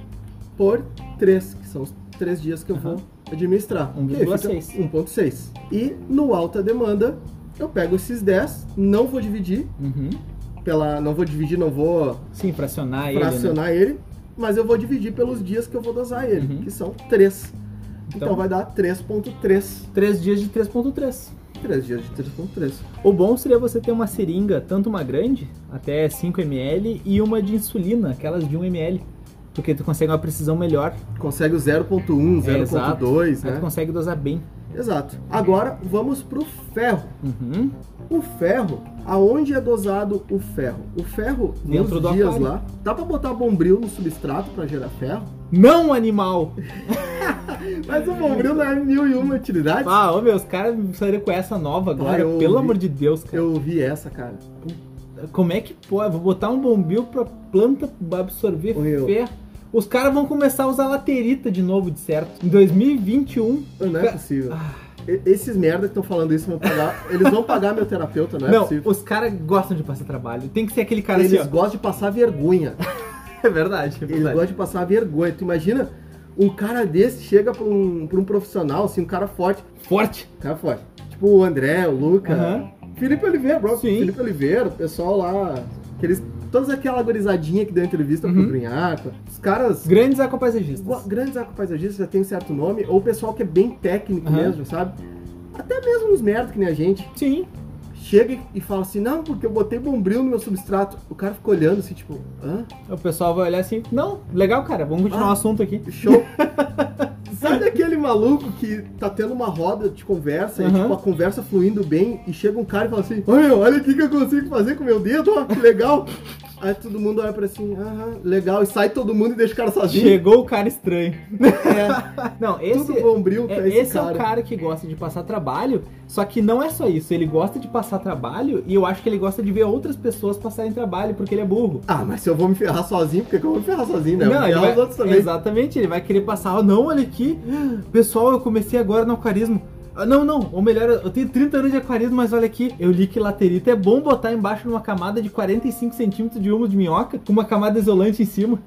Speaker 2: por 3, que são os 3 dias que eu
Speaker 1: Aham.
Speaker 2: vou administrar.
Speaker 1: 1,6.
Speaker 2: Que aí fica 1,6. E no alta demanda, eu pego esses 10, não vou dividir,
Speaker 1: Uhum.
Speaker 2: pela, não vou dividir, não vou
Speaker 1: Sim, fracionar, ele. Né?
Speaker 2: fracionar ele, mas eu vou dividir pelos dias que eu vou dosar ele,
Speaker 1: Uhum.
Speaker 2: que são 3. Então,
Speaker 1: Então,
Speaker 2: vai dar 3.3.
Speaker 1: 3 dias de 3.3.
Speaker 2: 3 dias de 3.3.
Speaker 1: O bom seria você ter uma seringa, tanto uma grande, até 5 ml, e uma de insulina, aquelas de 1 ml. Porque tu consegue uma precisão melhor,
Speaker 2: Consegue o 0.1,
Speaker 1: É, exato.
Speaker 2: 0.2,
Speaker 1: aí tu
Speaker 2: né?
Speaker 1: consegue dosar bem.
Speaker 2: Exato. Agora vamos pro ferro.
Speaker 1: Uhum.
Speaker 2: O ferro, aonde é dosado o ferro? O ferro,
Speaker 1: Dentro
Speaker 2: nos
Speaker 1: do
Speaker 2: dias
Speaker 1: aquário.
Speaker 2: lá, dá pra botar bombril no substrato pra gerar ferro?
Speaker 1: Não, animal!
Speaker 2: Mas o bombril não é mil e uma utilidades.
Speaker 1: Ah, ô meu, os caras saíram com essa nova agora,
Speaker 2: Ah, eu
Speaker 1: pelo
Speaker 2: vi.
Speaker 1: amor de Deus, cara.
Speaker 2: Eu vi essa, cara.
Speaker 1: Como é que pode? Vou botar um bombil pra planta absorver
Speaker 2: Meu.
Speaker 1: ferro. Os caras vão começar a usar laterita de novo, de certo. Em 2021.
Speaker 2: Não é
Speaker 1: Ca-
Speaker 2: possível.
Speaker 1: Ah.
Speaker 2: E- Esses merda que estão falando isso vão pagar. Eles vão pagar meu terapeuta, não é
Speaker 1: não,
Speaker 2: possível.
Speaker 1: os caras gostam de passar trabalho. Tem que ser aquele cara
Speaker 2: Eles
Speaker 1: assim,
Speaker 2: gostam de passar vergonha.
Speaker 1: ó. É verdade, é
Speaker 2: Eles
Speaker 1: verdade.
Speaker 2: gostam de passar vergonha. Tu imagina um cara desse chega pra um, pra um profissional, assim, um cara forte.
Speaker 1: Forte.
Speaker 2: Cara forte. Tipo o André, o Luca.
Speaker 1: Aham.
Speaker 2: Felipe Oliveira, bro.
Speaker 1: Sim.
Speaker 2: Felipe Oliveira, o pessoal lá. Aqueles, todas aquela gorizadinha que deu entrevista
Speaker 1: Uhum.
Speaker 2: pro Brunhaca. Os caras.
Speaker 1: Os Grandes aquapaisagistas.
Speaker 2: gua- Grandes aquapaisagistas já tem um certo nome, ou o pessoal que é bem técnico
Speaker 1: Aham.
Speaker 2: mesmo, sabe? Até mesmo uns merda que nem a gente.
Speaker 1: Sim.
Speaker 2: Chega e fala assim, não, porque eu botei bombril no meu substrato. O cara fica olhando assim, tipo, hã?
Speaker 1: O pessoal vai olhar assim, não, legal, cara, vamos continuar
Speaker 2: Ah.
Speaker 1: o assunto aqui.
Speaker 2: Show. Sabe aquele maluco que tá tendo uma roda de conversa e
Speaker 1: Aham.
Speaker 2: tipo, a conversa fluindo bem e chega um cara e fala assim, olha, olha o que que eu consigo fazer com meu dedo, ó, que legal. Aí todo mundo olha pra assim, aham, legal, e sai todo mundo e deixa o cara sozinho.
Speaker 1: Chegou o cara estranho. Não, esse,
Speaker 2: É. Tudo bombril
Speaker 1: É,
Speaker 2: pra
Speaker 1: esse
Speaker 2: esse,
Speaker 1: é o
Speaker 2: cara.
Speaker 1: cara que gosta de passar trabalho, só que não é só isso. Ele gosta de passar trabalho e eu acho que ele gosta de ver outras pessoas passarem trabalho porque ele é burro.
Speaker 2: Ah, mas se eu vou me ferrar sozinho, por que que eu vou me ferrar sozinho, né? Eu vou
Speaker 1: ele
Speaker 2: ferrar
Speaker 1: vai-
Speaker 2: os outros também.
Speaker 1: Exatamente, ele vai querer passar. "Ah, Não, olha aqui, pessoal, eu comecei agora no aquarismo. Ah, Não, não, ou melhor, eu tenho 30 anos de aquarismo, mas olha aqui, eu li que laterita é bom botar embaixo numa camada de 45 centímetros de humo de minhoca com uma camada isolante em cima.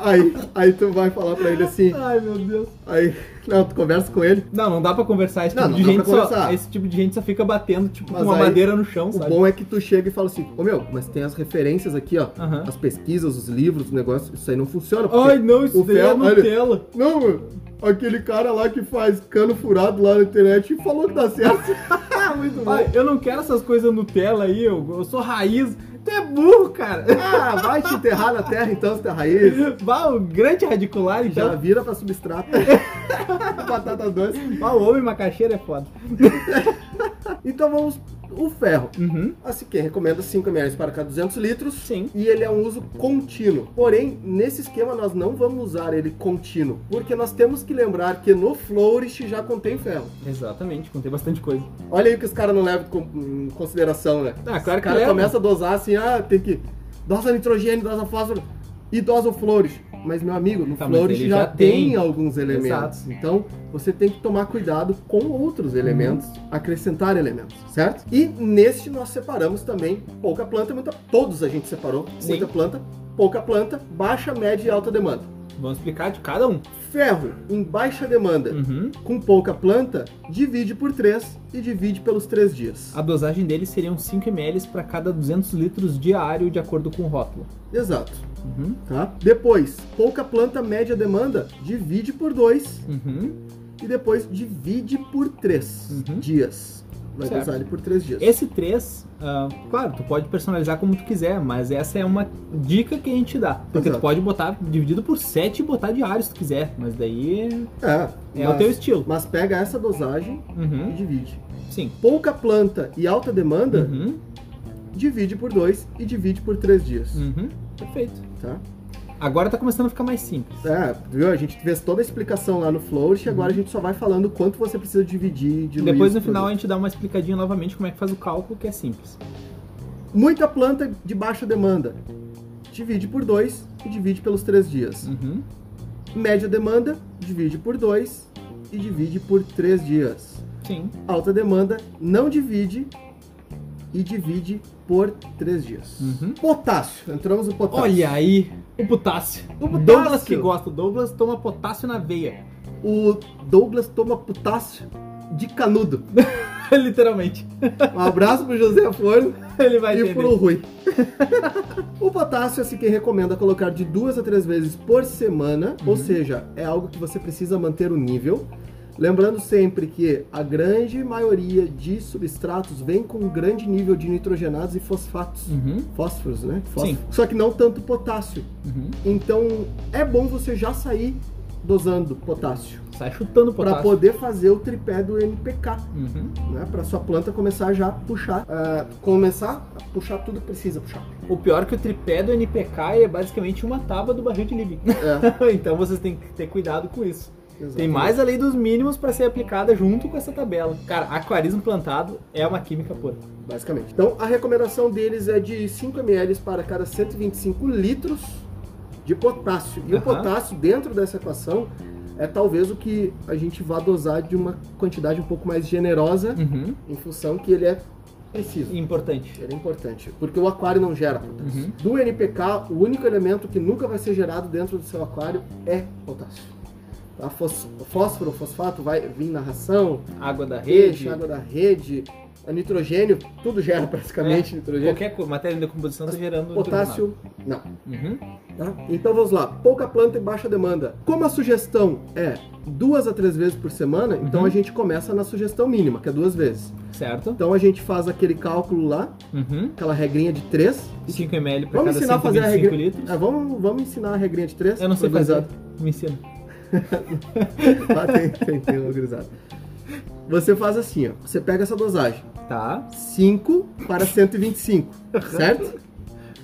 Speaker 2: Aí, aí tu vai falar pra ele assim,
Speaker 1: Ai, meu Deus.
Speaker 2: aí, não, tu conversa com ele.
Speaker 1: Não, não dá pra conversar. Esse,
Speaker 2: Não,
Speaker 1: tipo,
Speaker 2: não
Speaker 1: de
Speaker 2: dá
Speaker 1: gente
Speaker 2: pra
Speaker 1: só,
Speaker 2: conversar.
Speaker 1: esse tipo de gente só fica batendo, tipo,
Speaker 2: Mas
Speaker 1: com uma
Speaker 2: aí,
Speaker 1: madeira no chão,
Speaker 2: O
Speaker 1: sabe?
Speaker 2: bom é que tu chega e fala assim, ô meu, mas tem as referências aqui, ó.
Speaker 1: Aham.
Speaker 2: As pesquisas, os livros, os negócios, isso aí não funciona. porque-
Speaker 1: Ai, não, isso
Speaker 2: o
Speaker 1: daí é
Speaker 2: ferro- olha-
Speaker 1: Nutella.
Speaker 2: Não, meu, aquele cara lá que faz cano furado lá na internet falou que dá certo. Muito bom.
Speaker 1: Ai, eu não quero essas coisas Nutella aí, eu, eu sou raiz. Tu é burro, cara.
Speaker 2: Ah, vai te enterrar na terra então, se tem raiz.
Speaker 1: Vá, o grande radicular,
Speaker 2: Já
Speaker 1: então.
Speaker 2: vira pra substrato. Batata doce.
Speaker 1: Vá, o homem macaxeira é foda.
Speaker 2: Então vamos... O ferro.
Speaker 1: Uhum.
Speaker 2: Assim, quem recomenda 5 ml para cada 200 litros.
Speaker 1: Sim.
Speaker 2: E ele é um uso contínuo. Porém, nesse esquema nós não vamos usar ele contínuo. Porque nós temos que lembrar que no Flourish já contém ferro.
Speaker 1: Exatamente, contei bastante coisa.
Speaker 2: Olha aí o que os caras não levam com- em consideração, né?
Speaker 1: Ah, claro
Speaker 2: o
Speaker 1: que
Speaker 2: cara
Speaker 1: leva.
Speaker 2: começa a dosar assim, ah, tem que dosa nitrogênio, dosa fósforo e dosa o flores. Mas, meu amigo, no
Speaker 1: Tá, mas
Speaker 2: flores
Speaker 1: ele
Speaker 2: já,
Speaker 1: já
Speaker 2: tem
Speaker 1: tem.
Speaker 2: alguns elementos. Então, você tem que tomar cuidado com outros elementos,
Speaker 1: Uhum.
Speaker 2: acrescentar elementos, certo? E neste nós separamos também pouca planta, muita. Todos a gente separou.
Speaker 1: Sim.
Speaker 2: Muita planta, pouca planta, baixa, média e alta demanda.
Speaker 1: Vamos explicar de cada um.
Speaker 2: Ferro em baixa demanda,
Speaker 1: Uhum.
Speaker 2: com pouca planta, divide por 3 e divide pelos 3 dias.
Speaker 1: A dosagem dele seriam 5 ml para cada 200 litros diário, de acordo com o rótulo.
Speaker 2: Exato.
Speaker 1: Uhum.
Speaker 2: Tá? Depois, pouca planta, média demanda, divide por 2
Speaker 1: Uhum.
Speaker 2: e depois divide por 3
Speaker 1: Uhum.
Speaker 2: dias. Vai
Speaker 1: Certo.
Speaker 2: dosar ele por 3 dias.
Speaker 1: Esse 3, claro, tu pode personalizar como tu quiser, mas essa é uma dica que a gente dá. Porque
Speaker 2: Exato.
Speaker 1: tu pode botar dividido por 7 e botar diário se tu quiser, mas daí
Speaker 2: É,
Speaker 1: é o
Speaker 2: mas,
Speaker 1: teu estilo.
Speaker 2: mas pega essa dosagem e
Speaker 1: Uhum.
Speaker 2: divide.
Speaker 1: Sim.
Speaker 2: Pouca planta e alta demanda,
Speaker 1: Uhum.
Speaker 2: divide por 2 e divide por 3 dias.
Speaker 1: Uhum. Perfeito.
Speaker 2: Tá?
Speaker 1: Agora tá começando a ficar mais simples.
Speaker 2: É, viu? A gente fez toda a explicação lá no Flourish e agora a gente só vai falando quanto você precisa dividir de
Speaker 1: Depois no final a gente dá uma explicadinha novamente como é que faz o cálculo, que é simples.
Speaker 2: Muita planta de baixa demanda. Divide por 2 e divide pelos 3 dias.
Speaker 1: Uhum.
Speaker 2: Média demanda, divide por 2 e divide por 3 dias.
Speaker 1: Sim.
Speaker 2: Alta demanda, não divide e divide por 3 dias.
Speaker 1: Uhum.
Speaker 2: Potássio. Entramos no potássio.
Speaker 1: Olha aí, o potássio.
Speaker 2: Tá. O potássio.
Speaker 1: Douglas que gosta, o Douglas toma potássio na veia.
Speaker 2: O Douglas toma potássio de canudo.
Speaker 1: Literalmente.
Speaker 2: Um abraço pro José Forno.
Speaker 1: Ele vai
Speaker 2: e
Speaker 1: entender.
Speaker 2: pro Rui. o potássio, assim, que recomenda colocar de duas a três vezes por semana, ou
Speaker 1: Uhum.
Speaker 2: seja, é algo que você precisa manter o nível. Lembrando sempre que a grande maioria de substratos vem com um grande nível de nitrogenados e fosfatos.
Speaker 1: Uhum,
Speaker 2: Fósforos, né?
Speaker 1: Sim.
Speaker 2: Só que não tanto potássio.
Speaker 1: uhum.
Speaker 2: Então é bom você já sair dosando potássio.
Speaker 1: Sai chutando o
Speaker 2: Para
Speaker 1: potássio.
Speaker 2: poder fazer o tripé do NPK
Speaker 1: Uhum.
Speaker 2: né, para sua planta começar já a puxar, ah, começar a puxar tudo que precisa puxar.
Speaker 1: O pior é que o tripé do NPK é basicamente uma tábua do barril de living.
Speaker 2: É,
Speaker 1: então vocês têm que ter cuidado com isso. Tem
Speaker 2: exatamente.
Speaker 1: mais a lei dos mínimos para ser aplicada junto com essa tabela. Cara, aquarismo plantado é uma química pura.
Speaker 2: basicamente. Então a recomendação deles é de 5 ml para cada 125 litros de potássio. E o
Speaker 1: Aham.
Speaker 2: potássio dentro dessa equação é talvez o que a gente vá dosar de uma quantidade um pouco mais generosa,
Speaker 1: Uhum.
Speaker 2: em função que ele é preciso.
Speaker 1: Importante.
Speaker 2: Ele é importante, porque o aquário não gera potássio.
Speaker 1: Uhum.
Speaker 2: Do NPK, o único elemento que nunca vai ser gerado dentro do seu aquário é potássio. Tá? Fos- Fósforo, fosfato vai vir na ração,
Speaker 1: Água da
Speaker 2: rede,
Speaker 1: rede, É,
Speaker 2: água da rede, a nitrogênio, tudo gera praticamente nitrogênio.
Speaker 1: qualquer co- matéria em decomposição está gerando um
Speaker 2: Potássio, não.
Speaker 1: nitrogenado. Uhum.
Speaker 2: tá? Então vamos lá, pouca planta e baixa demanda. Como a sugestão é duas a três vezes por semana, então
Speaker 1: Uhum.
Speaker 2: a gente começa na sugestão mínima, que é duas vezes.
Speaker 1: Certo?
Speaker 2: Então a gente faz aquele cálculo lá,
Speaker 1: Uhum.
Speaker 2: aquela regrinha de três,
Speaker 1: 5 Uhum. ml para
Speaker 2: Vamos
Speaker 1: cada
Speaker 2: ensinar a
Speaker 1: 125
Speaker 2: fazer a regra.
Speaker 1: litros.
Speaker 2: É, vamos, vamos ensinar a regrinha de três.
Speaker 1: Eu não sei
Speaker 2: pro
Speaker 1: fazer.
Speaker 2: gurizada.
Speaker 1: Me ensina.
Speaker 2: Ah, tem, tem, tem uma gurizada. Você faz assim, ó. Você pega essa dosagem.
Speaker 1: Tá,
Speaker 2: 5 para 125, certo?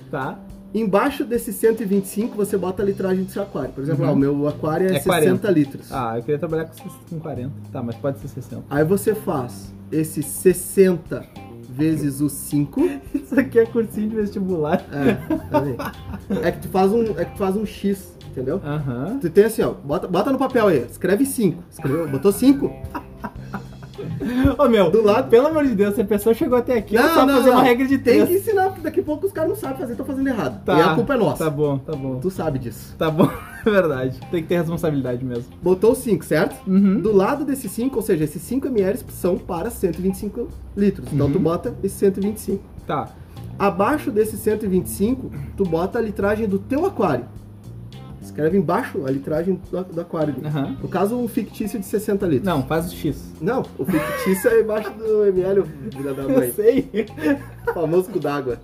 Speaker 1: tá.
Speaker 2: Embaixo desse 125, você bota a litragem do seu aquário. Por exemplo,
Speaker 1: Uhum.
Speaker 2: ah, o meu aquário é,
Speaker 1: É
Speaker 2: 60
Speaker 1: 40.
Speaker 2: litros.
Speaker 1: Ah, eu queria trabalhar com 60, com 40. Tá, mas pode ser 60.
Speaker 2: Aí você faz esse 60 vezes o 5.
Speaker 1: Isso aqui é cursinho de vestibular.
Speaker 2: É, tá bem. é, que tu faz um, é que tu faz um X, entendeu?
Speaker 1: Aham.
Speaker 2: Tu tem assim, ó, bota, bota no papel aí, escreve 5. Escreveu, botou 5.
Speaker 1: Ô meu,
Speaker 2: Do lado.
Speaker 1: pelo amor de Deus, se a pessoa chegou até aqui, ela
Speaker 2: Não,
Speaker 1: sabe
Speaker 2: não,
Speaker 1: fazer
Speaker 2: não.
Speaker 1: uma regra de
Speaker 2: Tem
Speaker 1: três.
Speaker 2: que ensinar, porque daqui a pouco os caras não sabem fazer, estão fazendo errado.
Speaker 1: Tá.
Speaker 2: E a culpa é
Speaker 1: Tá
Speaker 2: nossa.
Speaker 1: bom, tá bom.
Speaker 2: Tu sabe disso.
Speaker 1: Tá bom, é verdade. Tem que ter responsabilidade mesmo.
Speaker 2: Botou 5, certo?
Speaker 1: Uhum.
Speaker 2: Do lado desses 5, ou seja, esses 5 ml são para 125 litros. Então
Speaker 1: Uhum.
Speaker 2: tu bota esse 125.
Speaker 1: Tá.
Speaker 2: Abaixo desses 125, tu bota a litragem do teu aquário. Escreve embaixo a litragem do, do aquário. ali.
Speaker 1: Aham.
Speaker 2: No caso, um fictício de 60 litros.
Speaker 1: Não, faz o X.
Speaker 2: Não, o fictício é embaixo do ml, filha da
Speaker 1: Eu
Speaker 2: mãe.
Speaker 1: sei.
Speaker 2: Famoso cu d'água.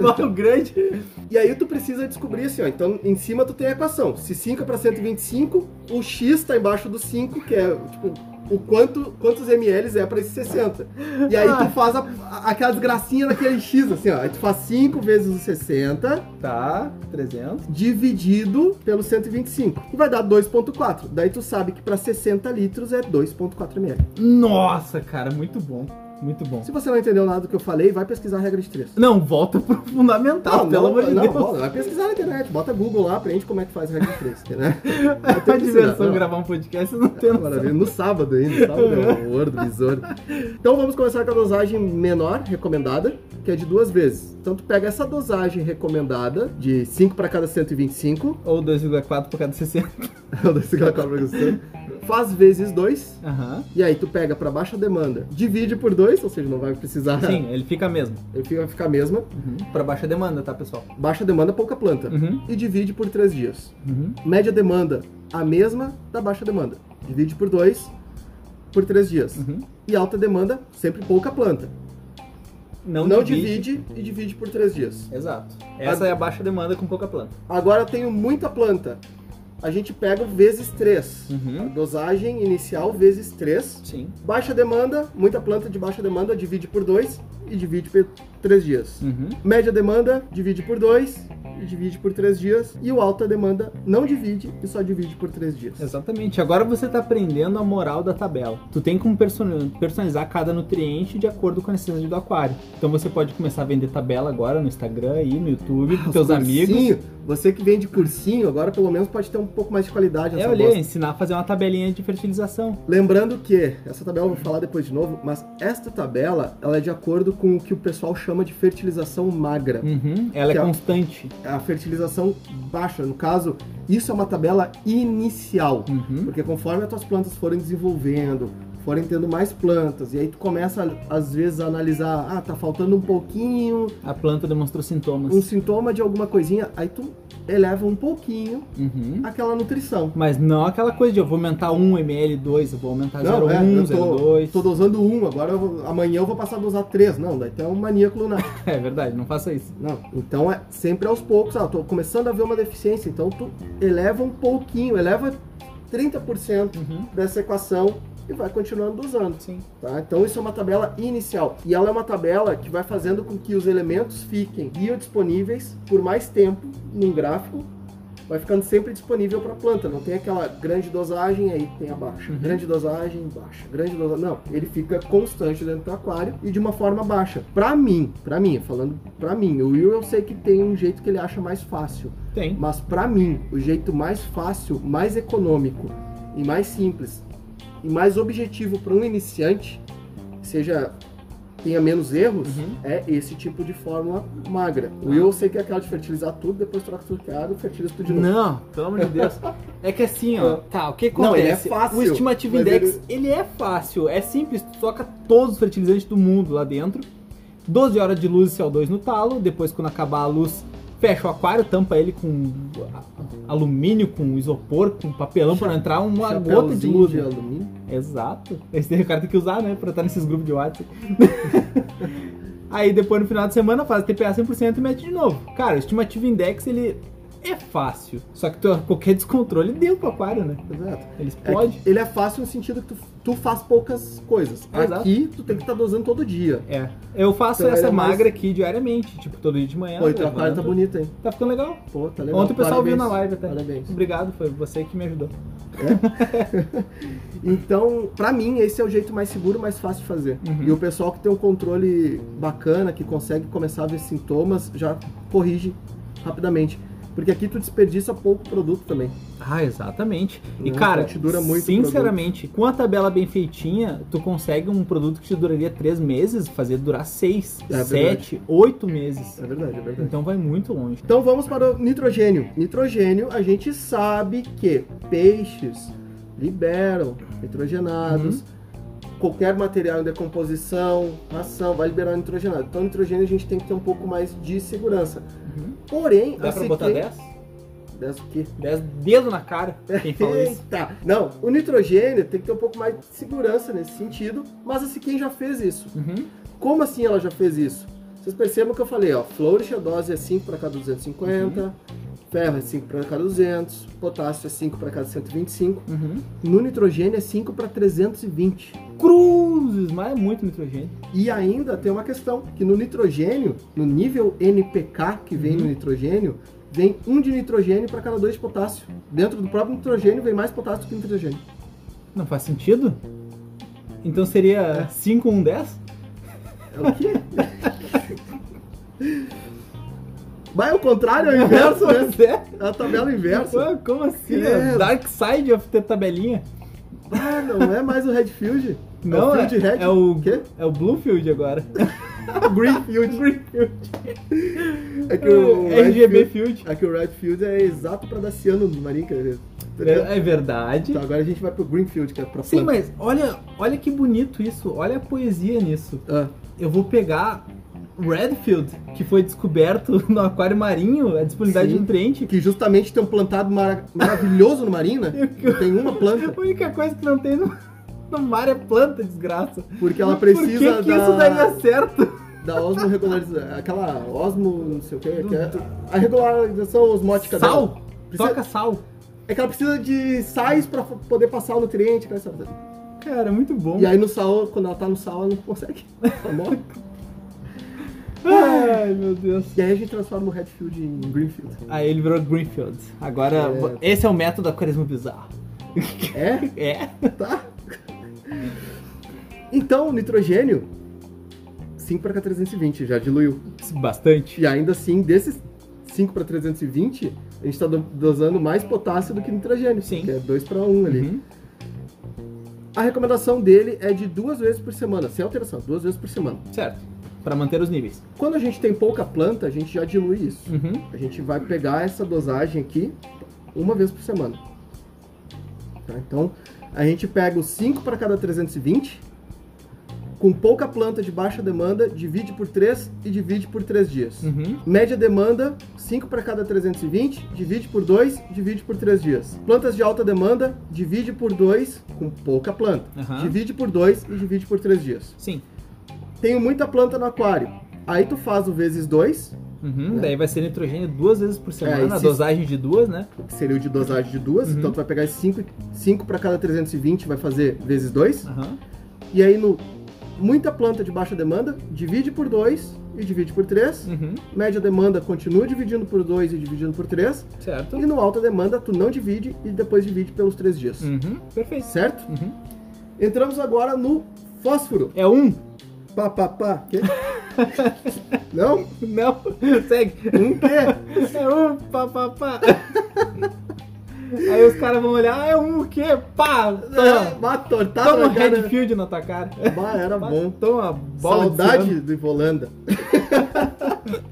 Speaker 1: Mal grande.
Speaker 2: E aí tu precisa descobrir assim, ó. Então em cima tu tem a equação. Se 5 é pra 125, o x tá embaixo do 5, que é tipo o quanto quantos ml é pra esse 60. E aí tu faz a, a- aquela desgracinha daquele x assim, ó. Aí tu faz 5 vezes o 60
Speaker 1: Tá, 300.
Speaker 2: dividido pelo 125. E vai dar 2.4. Daí tu sabe que pra 60 litros é 2.4 ml.
Speaker 1: Nossa, cara, muito bom. Muito bom.
Speaker 2: Se você não entendeu nada do que eu falei, vai pesquisar a regra de 3.
Speaker 1: Não, volta pro fundamental, Tá, pelo amor de
Speaker 2: não,
Speaker 1: Deus.
Speaker 2: bota, vai pesquisar na internet, bota Google lá, aprende como é que faz a regra de 3, né? Vai
Speaker 1: É
Speaker 2: ter
Speaker 1: uma
Speaker 2: que
Speaker 1: diversão
Speaker 2: ensinar, não.
Speaker 1: gravar um podcast, vocês não tem noção.
Speaker 2: Maravilha, no sábado ainda, sábado é o horror do besouro. Então vamos começar com a dosagem menor recomendada, que é de duas vezes. Então tu pega essa dosagem recomendada de 5 para cada 125,
Speaker 1: Ou 2,4 por cada 60.
Speaker 2: é o 2,4 pra você, faz vezes 2,
Speaker 1: Aham.
Speaker 2: e aí tu pega para baixa demanda, divide por 2, ou seja, não vai precisar,
Speaker 1: Sim, ele fica mesmo.
Speaker 2: ele fica- vai ficar a mesma,
Speaker 1: Pra baixa demanda, tá, pessoal?
Speaker 2: baixa demanda, pouca planta,
Speaker 1: Uhum.
Speaker 2: e divide por 3 dias.
Speaker 1: Uhum.
Speaker 2: Média demanda, a mesma da baixa demanda, divide por 2, por 3 dias.
Speaker 1: Uhum.
Speaker 2: E alta demanda, sempre pouca planta. Não, divide. e divide por 3 dias.
Speaker 1: Exato. Essa é a baixa demanda com pouca planta.
Speaker 2: Agora eu tenho muita planta. A gente pega o vezes 3.
Speaker 1: Uhum.
Speaker 2: Dosagem inicial vezes 3.
Speaker 1: Sim.
Speaker 2: Baixa demanda, muita planta de baixa demanda, divide por 2 e divide por 3 dias.
Speaker 1: Uhum.
Speaker 2: Média demanda, divide por 2 e divide por 3 dias. E o alta demanda não divide e só divide por 3 dias.
Speaker 1: Exatamente. Agora você tá aprendendo a moral da tabela. Tu tem como person- personalizar cada nutriente de acordo com a necessidade do aquário. Então você pode começar a vender tabela agora no Instagram e no YouTube pros teus amigos.
Speaker 2: Cursinho, Você que vende cursinho, agora pelo menos pode ter um pouco mais de qualidade
Speaker 1: É,
Speaker 2: nessa
Speaker 1: olha,
Speaker 2: bosta.
Speaker 1: ensinar a fazer uma tabelinha de fertilização.
Speaker 2: Lembrando que, essa tabela eu vou falar depois de novo, mas esta tabela, ela é de acordo com o que o pessoal chama de fertilização magra.
Speaker 1: Uhum. Ela é
Speaker 2: Que é-
Speaker 1: constante.
Speaker 2: A fertilização baixa, no caso, isso é uma tabela inicial.
Speaker 1: Uhum.
Speaker 2: Porque conforme as tuas plantas forem desenvolvendo, forem tendo mais plantas, e aí tu começa, às vezes, a analisar, ah, tá faltando um pouquinho,
Speaker 1: A planta demonstrou
Speaker 2: um
Speaker 1: sintomas.
Speaker 2: sintoma de alguma coisinha, aí tu eleva um pouquinho
Speaker 1: Uhum.
Speaker 2: aquela nutrição.
Speaker 1: Mas não aquela coisa de eu vou aumentar 1 ml, 2, eu vou aumentar
Speaker 2: Não, é,
Speaker 1: 0,1,
Speaker 2: eu tô-
Speaker 1: 0,2.
Speaker 2: Tô dosando um, agora eu vou- amanhã eu vou passar a dosar três. Não, daí tu é um maníaco lunar.
Speaker 1: É verdade, não faça isso.
Speaker 2: Não, então é sempre aos poucos. Ah, tô começando a ver uma deficiência, então tu eleva um pouquinho, eleva 30%
Speaker 1: Uhum.
Speaker 2: dessa equação e vai continuando dosando,
Speaker 1: Sim.
Speaker 2: tá? Então isso é uma tabela inicial. E ela é uma tabela que vai fazendo com que os elementos fiquem biodisponíveis por mais tempo num gráfico, vai ficando sempre disponível para a planta. Não tem aquela grande dosagem aí tem a baixa,
Speaker 1: Uhum.
Speaker 2: grande dosagem baixa, grande dosagem. Não, ele fica constante dentro do aquário e de uma forma baixa. Para mim, para mim, falando para mim, o Will eu sei que tem um jeito que ele acha mais fácil,
Speaker 1: Tem.
Speaker 2: mas para mim, o jeito mais fácil, mais econômico e mais simples e mais objetivo para um iniciante, seja tenha menos erros,
Speaker 1: Uhum. Ah.
Speaker 2: é esse tipo de fórmula magra. O Will eu sei que é aquela de fertilizar tudo, depois troca tudo que é água, fertiliza tudo de novo.
Speaker 1: Não, pelo amor de Deus. É que assim, ó, tá, o que acontece?
Speaker 2: Não, ele é fácil,
Speaker 1: o Estimative
Speaker 2: mas
Speaker 1: Index, ele... é fácil, é simples, tu toca todos os fertilizantes do mundo lá dentro, 12 horas de luz e CO2 no talo, depois quando acabar a luz, fecha o aquário, tampa ele com a- alumínio, com isopor, com papelão pra não entrar uma gota de
Speaker 2: Chapeuzinho
Speaker 1: luz. né?
Speaker 2: de alumínio.
Speaker 1: Exato. Esse daí o cara tem que usar, né? Pra estar nesses grupos de WhatsApp. Aí depois no final de semana faz TPA 100% e mete de novo. Cara, o estimativo index ele é fácil. Só que tu- qualquer descontrole deu pro aquário, né?
Speaker 2: Exato.
Speaker 1: Ele
Speaker 2: É
Speaker 1: explode.
Speaker 2: que ele é fácil no sentido que tu, tu faz poucas coisas.
Speaker 1: Exato.
Speaker 2: Aqui, tu tem que estar dosando todo dia.
Speaker 1: É. Eu faço
Speaker 2: Então,
Speaker 1: essa
Speaker 2: ele é mais-
Speaker 1: magra aqui diariamente, tipo todo dia de manhã.
Speaker 2: Pô, e tua cara
Speaker 1: levanto.
Speaker 2: tá bonita, hein?
Speaker 1: Tá ficando legal.
Speaker 2: Pô, tá legal.
Speaker 1: Ontem o pessoal viu
Speaker 2: Parabéns.
Speaker 1: na live até.
Speaker 2: Parabéns.
Speaker 1: Obrigado, foi você que me ajudou.
Speaker 2: Então, pra mim, esse é o jeito mais seguro, mais fácil de fazer.
Speaker 1: Uhum.
Speaker 2: E o pessoal que tem um controle bacana, que consegue começar a ver sintomas, já corrige rapidamente. Porque aqui tu desperdiça pouco produto também.
Speaker 1: Ah, exatamente. E
Speaker 2: Não,
Speaker 1: cara,
Speaker 2: te dura muito o
Speaker 1: sinceramente, com a tabela bem feitinha, tu consegue um produto que te duraria três meses, fazer durar seis,
Speaker 2: É
Speaker 1: sete, oito meses.
Speaker 2: É verdade, é verdade.
Speaker 1: Então vai muito longe.
Speaker 2: Então vamos para o nitrogênio. Nitrogênio, a gente sabe que peixes liberam nitrogenados. Qualquer material em decomposição, ração, vai liberar nitrogenado. Então, nitrogênio a gente tem que ter um pouco mais de segurança. Porém,
Speaker 1: Uhum. Dá
Speaker 2: a
Speaker 1: pra botar
Speaker 2: sequência-
Speaker 1: 10?
Speaker 2: Dez o quê?
Speaker 1: 10 dedo na cara, quem falou isso.
Speaker 2: Eita! Não, o nitrogênio tem que ter um pouco mais de segurança nesse sentido, mas assim, quem já fez isso?
Speaker 1: Uhum.
Speaker 2: Como assim ela já fez isso? Vocês percebam que eu falei, ó, Flourish a dose é 5 para cada 250, ferro é 5 para cada 200, potássio é 5 para cada 125,
Speaker 1: Uhum.
Speaker 2: no nitrogênio é 5 para 320.
Speaker 1: Cruzes, mas é muito nitrogênio.
Speaker 2: E ainda tem uma questão, que no nitrogênio, no nível NPK que vem
Speaker 1: Uhum.
Speaker 2: no nitrogênio, vem um de nitrogênio para cada dois de potássio. Dentro do próprio nitrogênio vem mais potássio que nitrogênio.
Speaker 1: Não faz sentido? Então seria um, 5, 1, 10?
Speaker 2: É o quê? Vai ao contrário, é o inverso, né?
Speaker 1: Pois é.
Speaker 2: É a tabela inversa.
Speaker 1: Ué, Como assim?
Speaker 2: Credo.
Speaker 1: Dark Side of the tabelinha?
Speaker 2: Ah, não é mais o Redfield.
Speaker 1: Não,
Speaker 2: é o Field
Speaker 1: é,
Speaker 2: Red.
Speaker 1: é o
Speaker 2: Quê?
Speaker 1: É o Bluefield agora.
Speaker 2: Greenfield. É que o
Speaker 1: RGB
Speaker 2: Redfield-
Speaker 1: Field.
Speaker 2: É que o Redfield é exato pra Daciano no Marinho, cara. Entendeu?
Speaker 1: É verdade.
Speaker 2: Então, agora a gente vai pro Greenfield, que é pra
Speaker 1: Sim,
Speaker 2: planta.
Speaker 1: mas olha, olha que bonito isso. Olha a poesia nisso.
Speaker 2: Ah,
Speaker 1: Eu vou pegar Redfield, que foi descoberto no aquário marinho, a disponibilidade
Speaker 2: Sim.
Speaker 1: de nutriente.
Speaker 2: que justamente tem um plantado mara- maravilhoso no Marinho, né?
Speaker 1: Eu-
Speaker 2: Não tem uma planta,
Speaker 1: A única coisa que não tem no, no mar é planta, desgraça.
Speaker 2: porque ela
Speaker 1: Por que,
Speaker 2: precisa
Speaker 1: que
Speaker 2: da,
Speaker 1: isso daria certo?
Speaker 2: da osmo regularização. Aquela osmo, não sei o que, que é a regularização osmótica dela.
Speaker 1: Sal?
Speaker 2: Precisa-
Speaker 1: Toca sal.
Speaker 2: É que ela precisa de sais pra f- poder passar o nutriente, aquela história.
Speaker 1: Cara, muito bom.
Speaker 2: E aí no sal, quando ela tá no sal, ela não consegue. Ela morre.
Speaker 1: Ai, meu Deus.
Speaker 2: E aí a gente transforma o Redfield em Greenfield.
Speaker 1: Aí ele virou Greenfield. Agora,
Speaker 2: É.
Speaker 1: esse é o método aquarismo bizarro.
Speaker 2: É?
Speaker 1: É?
Speaker 2: Tá? Então, o nitrogênio, 5 para 320, já diluiu.
Speaker 1: Bastante.
Speaker 2: E ainda assim, desses 5 para 320, a gente está dosando mais potássio do que nitrogênio,
Speaker 1: Sim.
Speaker 2: que é 2 para 1 ali.
Speaker 1: Uhum.
Speaker 2: A recomendação dele é de duas vezes por semana, sem alteração, duas vezes por semana.
Speaker 1: Certo. Pra manter os níveis.
Speaker 2: Quando a gente tem pouca planta, a gente já dilui isso.
Speaker 1: Uhum.
Speaker 2: A gente vai pegar essa dosagem aqui uma vez por semana. Tá? Então, a gente pega os 5 para cada 320, com pouca planta de baixa demanda, divide por 3 e divide por 3 dias.
Speaker 1: Uhum.
Speaker 2: Média demanda, 5 para cada 320, divide por 2, divide por 3 dias. Plantas de alta demanda, divide por 2, com pouca planta.
Speaker 1: Aham.
Speaker 2: Divide por 2 e divide por 3 dias.
Speaker 1: Sim.
Speaker 2: Tenho muita planta no aquário. Aí tu faz o vezes 2,
Speaker 1: Uhum.
Speaker 2: Né?
Speaker 1: Daí vai ser nitrogênio duas vezes por semana,
Speaker 2: É,
Speaker 1: a
Speaker 2: esse-
Speaker 1: dosagem de duas, né?
Speaker 2: que seria o de dosagem de duas,
Speaker 1: Uhum.
Speaker 2: então tu vai pegar 5 cinco para cada 320, vai fazer vezes 2.
Speaker 1: Aham.
Speaker 2: E aí no muita planta de baixa demanda, divide por 2 e divide por 3.
Speaker 1: Uhum.
Speaker 2: Média demanda continua dividindo por 2 e dividindo por 3.
Speaker 1: Certo.
Speaker 2: E no alta demanda tu não divide e depois divide pelos 3 dias.
Speaker 1: Uhum. Perfeito.
Speaker 2: Certo?
Speaker 1: Uhum.
Speaker 2: Entramos agora no fósforo.
Speaker 1: É um?
Speaker 2: Pá, pá, pá. Quê? não?
Speaker 1: Não. Segue.
Speaker 2: Um quê?
Speaker 1: É um, pá, pá, pá. Aí os caras vão olhar, ah, é um o quê? Pá! Toma,
Speaker 2: Uma tortada
Speaker 1: toma um
Speaker 2: na cara.
Speaker 1: Redfield na tua É. cara.
Speaker 2: tá
Speaker 1: Tá
Speaker 2: Bah, era bom.
Speaker 1: Toma uma bola de
Speaker 2: Saudade do Ivolanda.
Speaker 1: ciano.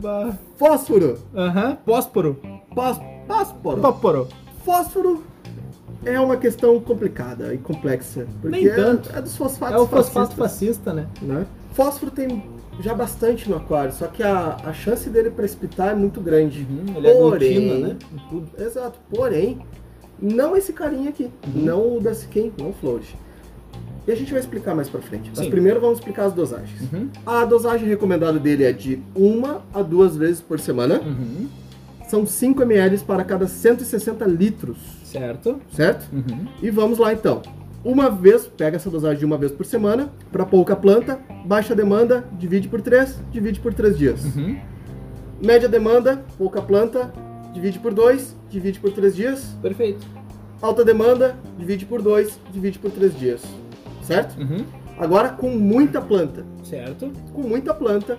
Speaker 1: Bah.
Speaker 2: Fósforo.
Speaker 1: Aham. Pósporo.
Speaker 2: Pás- Pásporo.
Speaker 1: Pósporo.
Speaker 2: Fósforo é uma questão complicada e complexa. Porque
Speaker 1: Nem
Speaker 2: é-
Speaker 1: tanto.
Speaker 2: É, dos fosfatos
Speaker 1: É o fosfato
Speaker 2: fascistas,
Speaker 1: fascista, né?
Speaker 2: né? Fósforo tem já bastante no aquário, só que a, a chance dele precipitar é muito grande.
Speaker 1: Uhum. Ele aglutina,
Speaker 2: Porém-
Speaker 1: né? Em Tudo.
Speaker 2: Exato. Porém, não esse carinha aqui.
Speaker 1: Uhum.
Speaker 2: Não o da Siquem, não o Flourish. E a gente vai explicar mais pra frente. Mas
Speaker 1: Sim.
Speaker 2: primeiro vamos explicar as dosagens.
Speaker 1: Uhum.
Speaker 2: A dosagem recomendada dele é de uma a duas vezes por semana.
Speaker 1: Uhum.
Speaker 2: São 5 ml para cada 160 litros,
Speaker 1: Certo.
Speaker 2: certo?
Speaker 1: Uhum.
Speaker 2: E vamos lá então. Uma vez, pega essa dosagem de uma vez por semana, para pouca planta, baixa demanda, divide por 3, divide por 3 dias.
Speaker 1: Uhum.
Speaker 2: Média demanda, pouca planta, divide por 2, divide por 3 dias.
Speaker 1: Perfeito.
Speaker 2: Alta demanda, divide por 2, divide por 3 dias. Certo?
Speaker 1: Uhum.
Speaker 2: Agora com muita planta.
Speaker 1: Certo.
Speaker 2: Com muita planta,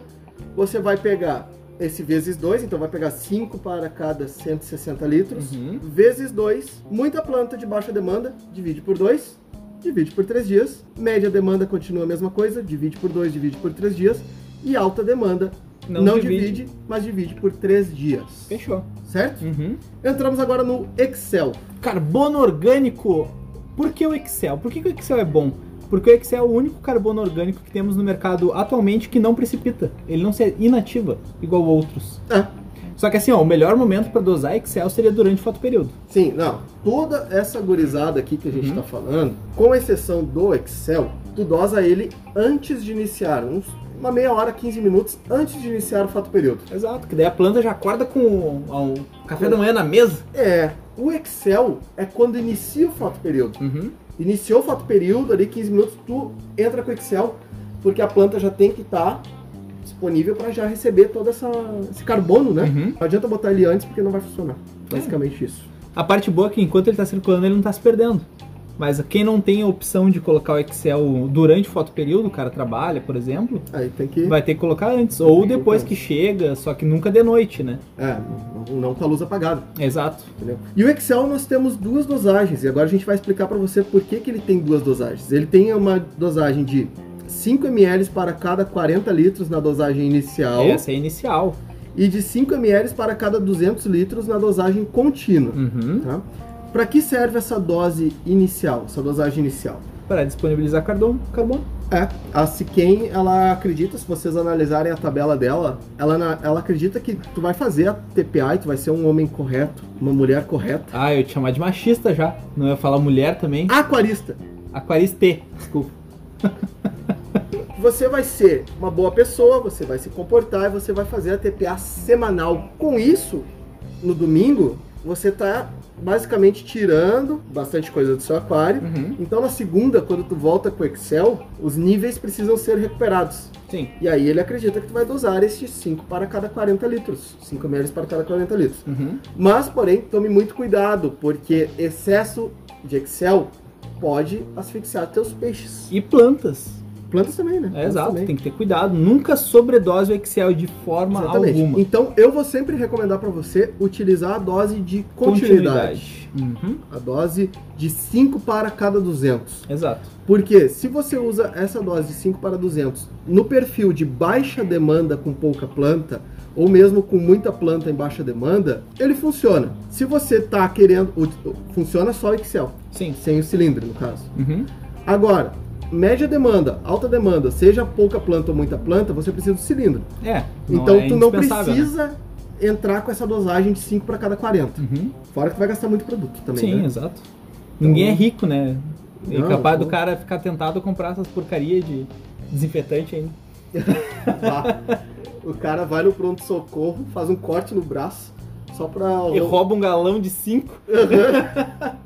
Speaker 2: você vai pegar esse vezes 2, então vai pegar 5 para cada 160 litros
Speaker 1: Uhum.
Speaker 2: vezes 2, muita planta de baixa demanda, divide por 2, divide por 3 dias. Média demanda continua a mesma coisa, divide por 2, divide por 3 dias. E alta demanda não, divide. mas divide por 3 dias.
Speaker 1: Fechou.
Speaker 2: Certo?
Speaker 1: Uhum.
Speaker 2: Entramos agora no Excel.
Speaker 1: Carbono orgânico. Por que o Excel? Por que, que o Excel é bom? Porque o Excel é o único carbono orgânico que temos no mercado atualmente que não precipita. Ele não se inativa, igual outros.
Speaker 2: Ah,
Speaker 1: Só que assim, ó, o melhor momento para dosar Excel seria durante o fotoperíodo.
Speaker 2: sim, não. Toda essa gurizada aqui que a gente
Speaker 1: Uhum.
Speaker 2: está falando, com exceção do Excel, tu dosa ele antes de iniciar, uns, uma meia hora, 15 minutos antes de iniciar o fato período.
Speaker 1: Exato, que daí a planta já acorda com o, ao- café da manhã na mesa.
Speaker 2: É, o Excel é quando inicia o fato período.
Speaker 1: Uhum.
Speaker 2: Iniciou o fato período ali, 15 minutos, tu entra com o Excel, porque a planta já tem que estar disponível para já receber todo essa, esse carbono, né?
Speaker 1: Uhum.
Speaker 2: Não adianta botar ele antes porque não vai funcionar. Basicamente isso.
Speaker 1: A parte boa é que enquanto ele está circulando, ele não está se perdendo. Mas quem não tem a opção de colocar o Excel durante o fotoperíodo, o cara trabalha, por exemplo,
Speaker 2: Aí tem que.
Speaker 1: vai ter que colocar antes. Ou depois que chega, só que nunca de noite, né?
Speaker 2: É, não, não com a luz apagada,
Speaker 1: Exato.
Speaker 2: entendeu? E o Excel nós temos duas dosagens, e agora a gente vai explicar para você por que, que ele tem duas dosagens. Ele tem uma dosagem de 5 ml para cada 40 litros na dosagem inicial
Speaker 1: Essa é a inicial.
Speaker 2: e de 5 ml para cada 200 litros na dosagem contínua.
Speaker 1: Uhum.
Speaker 2: Tá? Para que serve essa dose inicial, essa dosagem inicial?
Speaker 1: Para disponibilizar carbono. carbono.
Speaker 2: É, a Siquem, ela acredita, se vocês analisarem a tabela dela, ela, na- ela acredita que tu vai fazer a TPA e tu vai ser um homem correto, uma mulher correta.
Speaker 1: Ah, eu ia te chamar de machista já. Não ia falar mulher também.
Speaker 2: Aquarista,
Speaker 1: Aquariste, desculpa.
Speaker 2: você vai ser uma boa pessoa, você vai se comportar e você vai fazer a TPA semanal. Com isso, no domingo, você tá basicamente tirando bastante coisa do seu aquário.
Speaker 1: Uhum.
Speaker 2: Então na segunda, quando tu volta com o Excel, os níveis precisam ser recuperados.
Speaker 1: Sim.
Speaker 2: E aí ele acredita que tu vai dosar estes 5 para cada 40 litros. 5 ml para cada 40 litros.
Speaker 1: Uhum.
Speaker 2: Mas, porém, tome muito cuidado, porque excesso de Excel pode asfixiar teus peixes.
Speaker 1: E plantas.
Speaker 2: Plantas também, né?
Speaker 1: É,
Speaker 2: Plantas
Speaker 1: exato,
Speaker 2: também.
Speaker 1: tem que ter cuidado. Nunca sobredose o Excel de forma
Speaker 2: Exatamente.
Speaker 1: alguma.
Speaker 2: Então, eu vou sempre recomendar para você utilizar a dose de continuidade.
Speaker 1: Continuidade. Uhum,
Speaker 2: A dose de 5 para cada 200.
Speaker 1: Exato.
Speaker 2: Porque se você usa essa dose de 5 para 200 no perfil de baixa demanda com pouca planta, ou mesmo com muita planta em baixa demanda, ele funciona. Se você tá querendo. o- Funciona só o Excel,
Speaker 1: Sim.
Speaker 2: sem o cilindro, no caso.
Speaker 1: Uhum.
Speaker 2: Agora, média demanda, alta demanda, seja pouca planta ou muita planta, você precisa do cilindro.
Speaker 1: É. não
Speaker 2: então
Speaker 1: é
Speaker 2: tu não
Speaker 1: indispensável, né?
Speaker 2: precisa entrar com essa dosagem de 5 para cada 40.
Speaker 1: Uhum.
Speaker 2: Fora que tu vai gastar muito produto também.
Speaker 1: Sim,
Speaker 2: né? Então-
Speaker 1: exato. Ninguém é rico, né? É
Speaker 2: Não,
Speaker 1: capaz do
Speaker 2: não.
Speaker 1: cara ficar tentado a comprar essas porcaria de desinfetante ainda.
Speaker 2: Vá. Tá. O cara vai no pronto-socorro, faz um corte no braço, só pra.
Speaker 1: E rouba um galão de 5.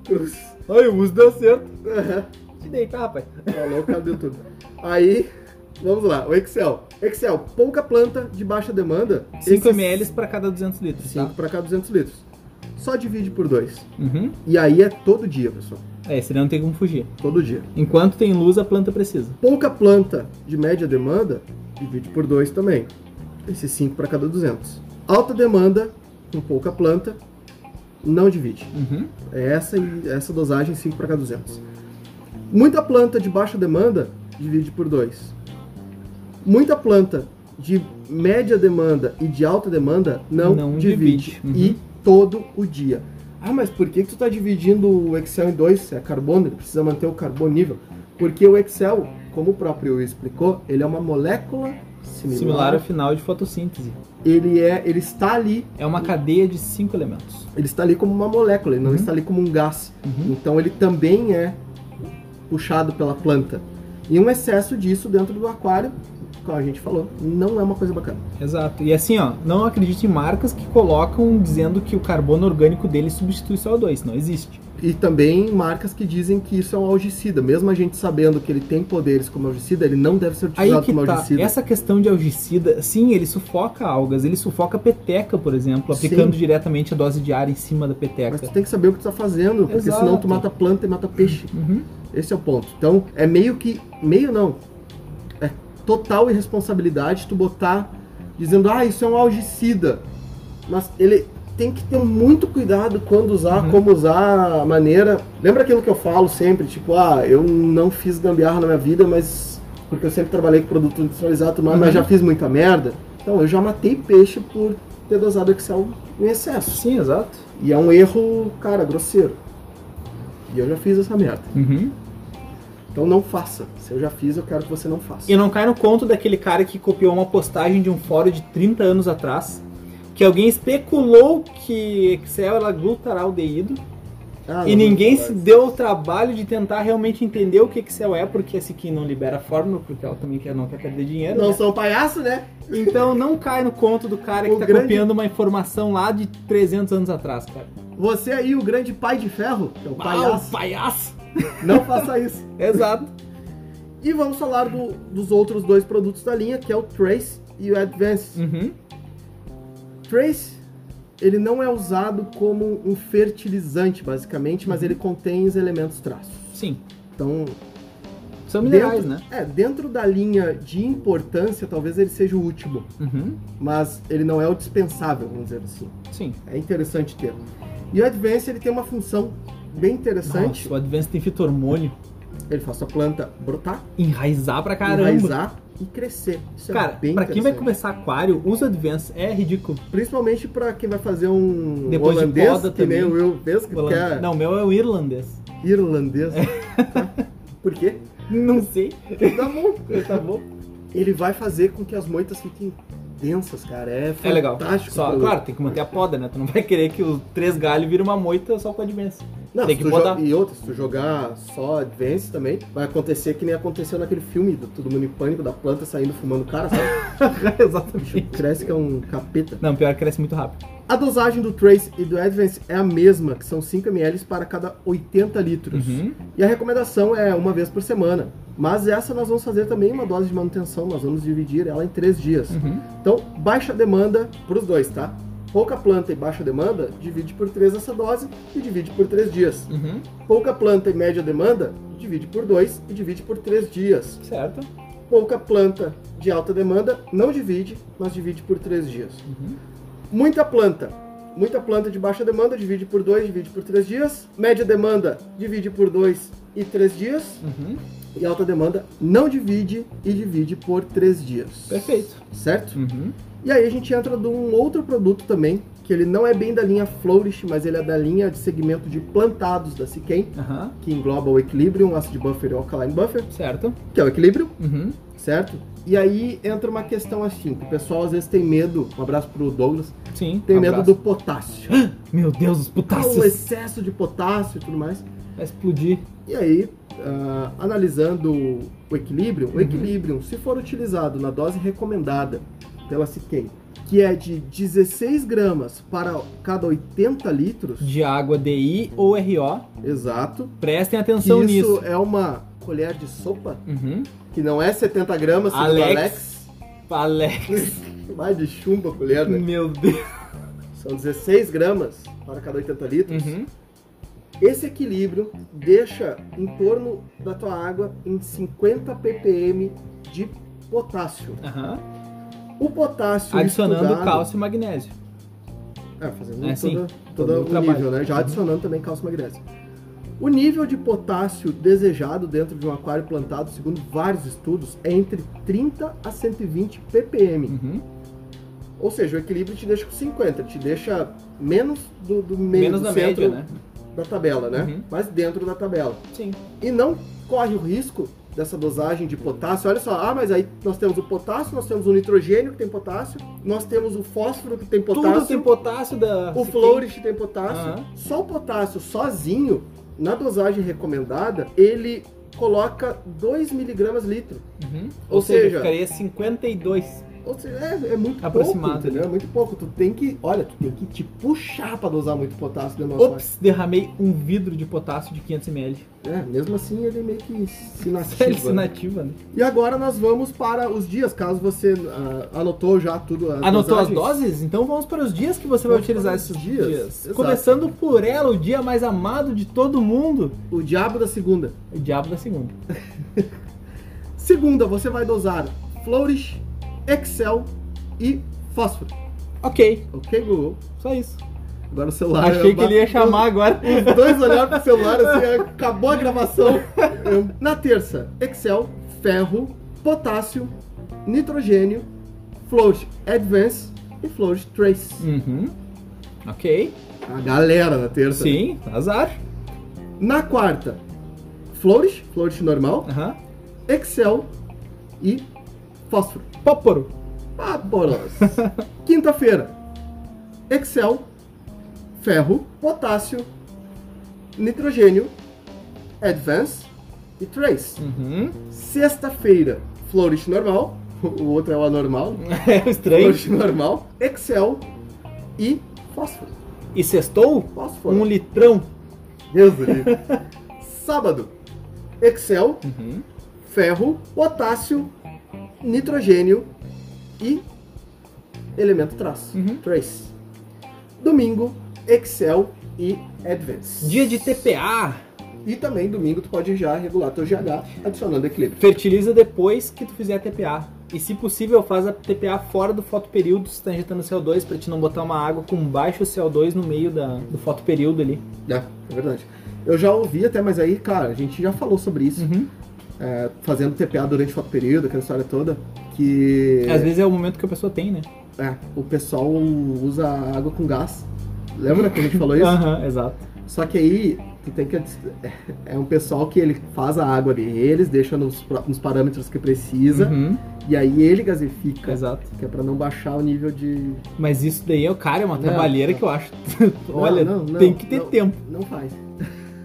Speaker 2: Cruz.
Speaker 1: Ai, o uso deu certo.
Speaker 2: Aham.
Speaker 1: Te deitar, rapaz.
Speaker 2: Falou, o cara deu tudo. Aí, vamos lá, o Excel. Excel, pouca planta de baixa demanda.
Speaker 1: 5
Speaker 2: Esses
Speaker 1: ml pra cada 200 litros, tá?
Speaker 2: Cinco pra cada 200 litros. Só divide por dois.
Speaker 1: Uhum.
Speaker 2: E aí é todo dia, pessoal.
Speaker 1: É, senão não tem como fugir.
Speaker 2: Todo dia.
Speaker 1: Enquanto tem luz, a planta precisa.
Speaker 2: Pouca planta de média demanda, divide por dois também. Esses 5 para cada 200. Alta demanda, com pouca planta, não divide.
Speaker 1: Uhum.
Speaker 2: É essa, e- essa dosagem 5 para cada 200. Muita planta de baixa demanda, divide por 2. Muita planta de média demanda e de alta demanda, não,
Speaker 1: Não divide.
Speaker 2: divide.
Speaker 1: Uhum.
Speaker 2: E todo o dia. Ah, mas por que, que tu está dividindo o Excel em dois? É carbono, ele precisa manter o carbonível. Porque o Excel, como o próprio Will explicou, ele é uma molécula similar.
Speaker 1: Similar ao final de fotossíntese.
Speaker 2: Ele, é, ele está ali,
Speaker 1: É uma cadeia de cinco elementos.
Speaker 2: ele está ali como uma molécula, ele não
Speaker 1: Uhum.
Speaker 2: está ali como um gás.
Speaker 1: Uhum.
Speaker 2: Então ele também é puxado pela planta. E um excesso disso dentro do aquário, como a gente falou, não é uma coisa bacana.
Speaker 1: Exato. E assim, ó, não acredite em marcas que colocam dizendo que o carbono orgânico dele substitui CO2. Não existe.
Speaker 2: E também marcas que dizem que isso é um algicida. Mesmo a gente sabendo que ele tem poderes como algicida, ele não deve ser
Speaker 1: Aí
Speaker 2: utilizado
Speaker 1: que
Speaker 2: como
Speaker 1: tá.
Speaker 2: algicida.
Speaker 1: Essa questão de algicida, sim, ele sufoca algas, ele sufoca a peteca, por exemplo, aplicando
Speaker 2: Sim.
Speaker 1: diretamente a dose de ar em cima da
Speaker 2: Mas tu
Speaker 1: peteca.
Speaker 2: tem que saber o que tu tá fazendo, porque
Speaker 1: Exato.
Speaker 2: senão tu mata planta e mata peixe.
Speaker 1: Uhum.
Speaker 2: Esse é o ponto. Então, é meio que. Meio não. É total irresponsabilidade tu botar dizendo, ah, isso é um algicida. Mas ele tem que ter muito cuidado quando usar,
Speaker 1: Uhum.
Speaker 2: como usar a maneira. Lembra aquilo que eu falo sempre? Tipo, ah, eu não fiz gambiarra na minha vida, mas. Porque eu sempre trabalhei com produto industrializado, mas,
Speaker 1: Uhum.
Speaker 2: mas já fiz muita merda. Então, eu já matei peixe por ter dosado Excel em excesso.
Speaker 1: Sim, exato.
Speaker 2: E é um erro, cara, grosseiro. E eu já fiz essa merda.
Speaker 1: Uhum.
Speaker 2: Então não faça. Se eu já fiz, eu quero que você não faça.
Speaker 1: E não cai no conto daquele cara que copiou uma postagem de um fórum de 30 anos atrás, que alguém especulou que Excel ela glutará aldeído,
Speaker 2: Ah,
Speaker 1: e
Speaker 2: não,
Speaker 1: ninguém
Speaker 2: não,
Speaker 1: se
Speaker 2: não.
Speaker 1: deu o trabalho de tentar realmente entender o que Excel é, porque esse aqui não libera fórmula, porque ela também quer, não quer perder dinheiro.
Speaker 2: Não
Speaker 1: né?
Speaker 2: sou um palhaço, né?
Speaker 1: Então não cai no conto do cara que
Speaker 2: O
Speaker 1: tá
Speaker 2: grande-
Speaker 1: copiando uma informação lá de 300 anos atrás, cara.
Speaker 2: Você aí, o grande pai de ferro, que é
Speaker 1: Ah,
Speaker 2: o
Speaker 1: o
Speaker 2: palhaço,
Speaker 1: palhaço!
Speaker 2: não faça isso.
Speaker 1: Exato.
Speaker 2: E vamos falar do- dos outros dois produtos da linha, que é o Trace e o Advance.
Speaker 1: Uhum.
Speaker 2: Trace, ele não é usado como um fertilizante, basicamente, mas ele contém os elementos traços.
Speaker 1: Sim.
Speaker 2: Então,
Speaker 1: São minerais,
Speaker 2: dentro,
Speaker 1: né?
Speaker 2: É, dentro da linha de importância, talvez ele seja o último,
Speaker 1: Uhum.
Speaker 2: mas ele não é o dispensável, vamos dizer assim.
Speaker 1: Sim.
Speaker 2: É interessante ter. E o Advance ele tem uma função bem interessante.
Speaker 1: Nossa, o Advanced tem fitormônio.
Speaker 2: Ele faz sua planta brotar,
Speaker 1: Enraizar pra caramba.
Speaker 2: enraizar e crescer. Isso
Speaker 1: Cara,
Speaker 2: é bem
Speaker 1: pra quem vai
Speaker 2: interessante.
Speaker 1: começar aquário, usa Advance. É ridículo.
Speaker 2: Principalmente pra quem vai fazer um
Speaker 1: Depois de
Speaker 2: holandês,
Speaker 1: poda
Speaker 2: que nem
Speaker 1: também.
Speaker 2: o Will fez, que
Speaker 1: Holandês.
Speaker 2: quer
Speaker 1: Não, o meu é o irlandês.
Speaker 2: irlandês. Tá? Por quê?
Speaker 1: Não sei.
Speaker 2: Tá bom.
Speaker 1: Tá bom?
Speaker 2: Ele vai fazer com que as moitas fiquem densas, cara. É fantástico.
Speaker 1: É legal.
Speaker 2: o
Speaker 1: Só,
Speaker 2: produto.
Speaker 1: claro, tem que manter a poda, né? Tu não vai querer que os três galhos virem uma moita só com Advance.
Speaker 2: Não,
Speaker 1: Tem que
Speaker 2: se tu jo-
Speaker 1: botar.
Speaker 2: E outra, se tu jogar só Advance também, vai acontecer que nem aconteceu naquele filme do Todo Mundo em Pânico, da planta saindo fumando o cara, sabe?
Speaker 1: É, Exatamente.
Speaker 2: Bicho, cresce que é um capeta.
Speaker 1: Não, pior é que cresce muito rápido.
Speaker 2: A dosagem do Trace e do Advance é a mesma, que são 5 ml para cada 80 litros.
Speaker 1: Uhum.
Speaker 2: E a recomendação é uma vez por semana. Mas essa nós vamos fazer também uma dose de manutenção, nós vamos dividir ela em 3 dias.
Speaker 1: Uhum.
Speaker 2: Então, baixa demanda para os dois, tá? Pouca planta e baixa demanda, divide por 3 essa dose e divide por 3 dias.
Speaker 1: Uhum.
Speaker 2: Pouca planta e média demanda, divide por 2 e divide por 3 dias.
Speaker 1: Certo.
Speaker 2: Pouca planta de alta demanda, não divide, mas divide por 3 dias.
Speaker 1: Uhum.
Speaker 2: Muita planta. Muita planta de baixa demanda, divide por 2, divide por 3 dias. Média demanda, divide por 2 e 3 dias.
Speaker 1: Uhum.
Speaker 2: E alta demanda, não divide e divide por 3 dias.
Speaker 1: Perfeito.
Speaker 2: Certo?
Speaker 1: Uhum.
Speaker 2: E aí a gente entra de um outro produto também, que ele não é bem da linha Flourish, mas ele é da linha de segmento de plantados da Siquem,
Speaker 1: Aham.
Speaker 2: que engloba o Equilibrium, Acid Buffer e o Alkaline Buffer,
Speaker 1: Certo.
Speaker 2: que é o Equilibrium,
Speaker 1: Uhum.
Speaker 2: certo? E aí entra uma questão assim, que o pessoal às vezes tem medo, um abraço pro Douglas,
Speaker 1: Sim.
Speaker 2: tem
Speaker 1: um
Speaker 2: medo
Speaker 1: abraço.
Speaker 2: do potássio.
Speaker 1: Meu Deus, os
Speaker 2: Ah, o
Speaker 1: putácios.
Speaker 2: excesso de potássio e tudo mais.
Speaker 1: Vai explodir.
Speaker 2: E aí, ah, analisando o equilíbrio,
Speaker 1: Uhum.
Speaker 2: o equilíbrio, se for utilizado na dose recomendada pela Siquem, que é de 16 gramas para cada 80 litros,
Speaker 1: De água DI ou RO.
Speaker 2: exato,
Speaker 1: Prestem
Speaker 2: que
Speaker 1: atenção
Speaker 2: isso
Speaker 1: nisso.
Speaker 2: é uma colher de sopa,
Speaker 1: Uhum.
Speaker 2: que não é 70 gramas, segundo
Speaker 1: Alex. Hum.
Speaker 2: Alex.
Speaker 1: Alex.
Speaker 2: Mais de chumba a colher, né?
Speaker 1: Meu Deus.
Speaker 2: São 16 gramas para cada 80 litros.
Speaker 1: Uhum.
Speaker 2: Esse equilíbrio deixa em torno da tua água em 50 ppm de potássio.
Speaker 1: Aham.
Speaker 2: O potássio
Speaker 1: Adicionando
Speaker 2: estudado-
Speaker 1: cálcio e magnésio.
Speaker 2: É, fazendo
Speaker 1: É, sim.
Speaker 2: todo,
Speaker 1: Todo o
Speaker 2: todo, o
Speaker 1: trabalho.
Speaker 2: nível, né? Já
Speaker 1: Uhum.
Speaker 2: adicionando também cálcio e magnésio. O nível de potássio desejado dentro de um aquário plantado, segundo vários estudos, é entre 30 a 120 ppm.
Speaker 1: Uhum.
Speaker 2: Ou seja, o equilíbrio te deixa com 50, te deixa menos do, do meio
Speaker 1: Menos
Speaker 2: do
Speaker 1: da
Speaker 2: centro
Speaker 1: média, né?
Speaker 2: da tabela, né?
Speaker 1: Uhum.
Speaker 2: Mas dentro da tabela.
Speaker 1: Sim.
Speaker 2: e não corre o risco dessa dosagem de potássio. Olha só, ah, mas aí nós temos o potássio, nós temos o nitrogênio que tem potássio, nós temos o fósforo que tem
Speaker 1: Tudo tem
Speaker 2: potássio,
Speaker 1: potássio da.
Speaker 2: o flourish tem potássio.
Speaker 1: Aham.
Speaker 2: Só o potássio sozinho, na dosagem recomendada, ele coloca 2 miligramas litro.
Speaker 1: Uhum. Ou,
Speaker 2: Ou
Speaker 1: seja,
Speaker 2: seja,
Speaker 1: ficaria 52.
Speaker 2: Ou seja, é, é muito
Speaker 1: Aproximado, né?
Speaker 2: pouco, entendeu? É muito pouco. Tu tem que, olha, tu tem que te puxar pra dosar muito potássio dentro do nosso
Speaker 1: Ops, derramei um vidro de potássio de 500ml.
Speaker 2: É, mesmo assim ele meio que se nasce.
Speaker 1: Sério, se nativa, né?
Speaker 2: E agora nós vamos para os dias, caso você ah, anotou já tudo. as
Speaker 1: Anotou as
Speaker 2: dosagens.
Speaker 1: doses? Então vamos para os dias que você vai
Speaker 2: Vamos
Speaker 1: utilizar
Speaker 2: para os
Speaker 1: esses dias.
Speaker 2: dias, exato.
Speaker 1: Começando por ela, o dia mais amado de todo mundo.
Speaker 2: O diabo da segunda.
Speaker 1: O diabo da segunda.
Speaker 2: Segunda, você vai dosar Flourish, Excel e Fósforo.
Speaker 1: Ok,
Speaker 2: Ok, Google?
Speaker 1: só isso.
Speaker 2: Agora o celular.
Speaker 1: Achei que ele ia chamar agora.
Speaker 2: Os dois olharam pro celular assim, acabou a gravação. Eu- Na terça, Excel, ferro, potássio, nitrogênio, Flourish Advance e Flourish Trace.
Speaker 1: Uhum. Ok.
Speaker 2: A galera na terça.
Speaker 1: Sim, azar.
Speaker 2: Na quarta, Flourish, Flourish normal.
Speaker 1: Aham.
Speaker 2: Excel e fósforo.
Speaker 1: Póporo.
Speaker 2: Vámonos! Quinta-feira, Excel, ferro, potássio, nitrogênio, advance e trace.
Speaker 1: Uhum.
Speaker 2: Sexta-feira, flourish normal, o outro é o anormal,
Speaker 1: É estranho.
Speaker 2: flourish normal, Excel e fósforo.
Speaker 1: E sextou?
Speaker 2: Fósforo.
Speaker 1: Um litrão.
Speaker 2: Deus do livro. Sábado, Excel,
Speaker 1: Uhum.
Speaker 2: ferro, potássio, nitrogênio e elemento traço,
Speaker 1: Uhum.
Speaker 2: trace. Domingo, Excel e Advance.
Speaker 1: Dia de TPA.
Speaker 2: E também domingo tu pode já regular teu GH adicionando equilíbrio.
Speaker 1: Fertiliza depois que tu fizer a TPA. E se possível, faz a TPA fora do fotoperíodo, se tá injetando CO2, pra te não botar uma água com baixo CO2 no meio da, do fotoperíodo ali.
Speaker 2: É, é verdade. Eu já ouvi até, mas aí, cara, a gente já falou sobre isso,
Speaker 1: Uhum.
Speaker 2: é, fazendo TPA durante o fotoperíodo, aquela história toda, que
Speaker 1: Às vezes é o momento que a pessoa tem, né?
Speaker 2: é, o pessoal usa água com gás. Lembra que a gente falou isso?
Speaker 1: Aham, exato.
Speaker 2: Só que aí tu tem que. É um pessoal que ele faz a água deles, deixa nos, pra- nos parâmetros que precisa,
Speaker 1: Uhum,
Speaker 2: e aí ele gasifica.
Speaker 1: exato.
Speaker 2: Que é pra não baixar o nível de.
Speaker 1: Mas isso daí, é, cara, é uma
Speaker 2: Não,
Speaker 1: trabalheira
Speaker 2: não.
Speaker 1: que eu acho. Olha,
Speaker 2: não, não,
Speaker 1: tem que ter
Speaker 2: não.
Speaker 1: tempo.
Speaker 2: Não faz.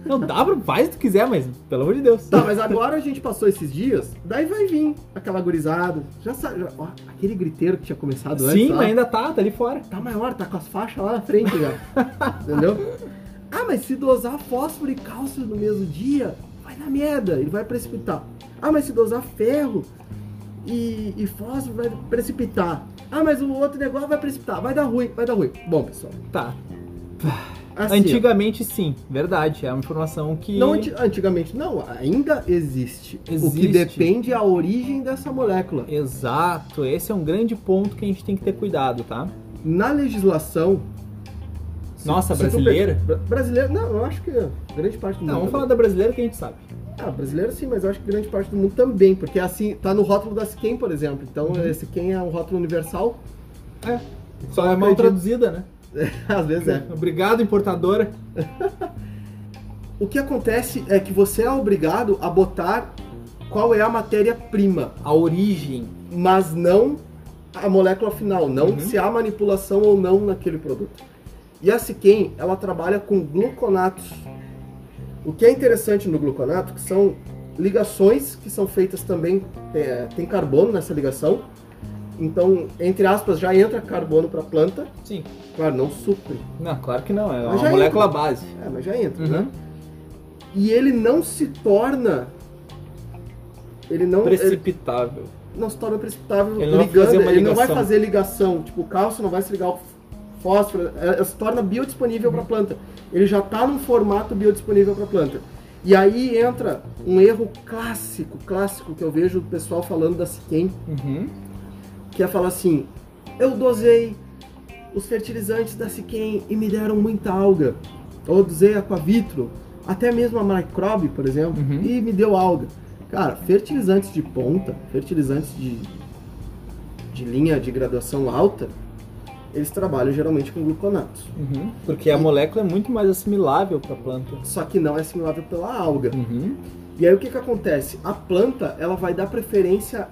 Speaker 1: Não, dá pra faz o que quiser, mas pelo amor de Deus.
Speaker 2: Tá, mas agora a gente passou esses dias, daí vai vir aquela gurizada. Já sabe. já- ó, aquele griteiro que tinha começado antes.
Speaker 1: Sim,
Speaker 2: lá,
Speaker 1: mas ainda tá, tá ali fora.
Speaker 2: Tá maior, tá com as faixas lá na frente já. Entendeu? Ah, mas se dosar fósforo e cálcio no mesmo dia, vai dar merda, ele vai precipitar. Ah, mas se dosar ferro e, e fósforo, vai precipitar. Ah, mas o outro negócio vai precipitar, vai dar ruim, vai dar ruim. Bom, pessoal,
Speaker 1: Tá.
Speaker 2: assim,
Speaker 1: Antigamente sim, verdade. É uma informação que.
Speaker 2: não anti- antigamente, não, ainda existe. O
Speaker 1: Existe.
Speaker 2: que depende é a origem dessa molécula.
Speaker 1: Exato, esse é um grande ponto que a gente tem que ter cuidado, tá?
Speaker 2: Na legislação. se-
Speaker 1: Nossa,
Speaker 2: se tu
Speaker 1: brasileira?
Speaker 2: pe- bra- Brasileira, não, eu acho que grande parte do
Speaker 1: Não, vamos
Speaker 2: mundo também.
Speaker 1: falar da brasileira que a gente sabe.
Speaker 2: Ah, brasileiro sim, mas eu acho que grande parte do mundo também, porque assim, tá no rótulo da Siquem, por exemplo. Então,
Speaker 1: Uhum.
Speaker 2: esse quem é um rótulo universal,
Speaker 1: Só é mal
Speaker 2: acredito.
Speaker 1: traduzida, né?
Speaker 2: às vezes
Speaker 1: Uhum.
Speaker 2: é.
Speaker 1: Obrigado, importadora.
Speaker 2: O que acontece é que você é obrigado a botar qual é a matéria-prima,
Speaker 1: A origem.
Speaker 2: mas não a molécula final, não
Speaker 1: Uhum.
Speaker 2: se há manipulação ou não naquele produto. E a Siquem, ela trabalha com gluconatos. O que é interessante no gluconato, que são ligações que são feitas também, é, tem carbono nessa ligação, então, entre aspas, já entra carbono para a planta,
Speaker 1: Sim.
Speaker 2: claro, não supre,
Speaker 1: Não, claro que não. É
Speaker 2: Mas
Speaker 1: uma
Speaker 2: já
Speaker 1: molécula base.
Speaker 2: é, mas já entra, né?
Speaker 1: Uhum.
Speaker 2: E ele não se torna... Ele não, Então, ele-
Speaker 1: Precipitável.
Speaker 2: não se torna precipitável
Speaker 1: Ele não vai
Speaker 2: ligando.
Speaker 1: fazer uma
Speaker 2: ele não vai
Speaker 1: ligação.
Speaker 2: fazer ligação. Tipo, o cálcio não vai se ligar ao fósforo. é, é, se torna biodisponível
Speaker 1: Uhum.
Speaker 2: para a planta. Ele já está num formato biodisponível para a planta. E aí entra um erro clássico, clássico, que eu vejo o pessoal falando da Siquem,
Speaker 1: Uhum.
Speaker 2: que é falar assim, eu dosei os fertilizantes da Siquem e me deram muita alga. Ou dosei aquavitro, até mesmo a microbe, por exemplo,
Speaker 1: Uhum.
Speaker 2: e me deu alga. Cara, fertilizantes de ponta, fertilizantes de, de linha de graduação alta, eles trabalham geralmente com gluconatos.
Speaker 1: Uhum. Porque a molécula é muito mais assimilável pra planta.
Speaker 2: Só que não é assimilável pela alga.
Speaker 1: Uhum.
Speaker 2: E aí o que, que acontece? A planta ela vai dar preferência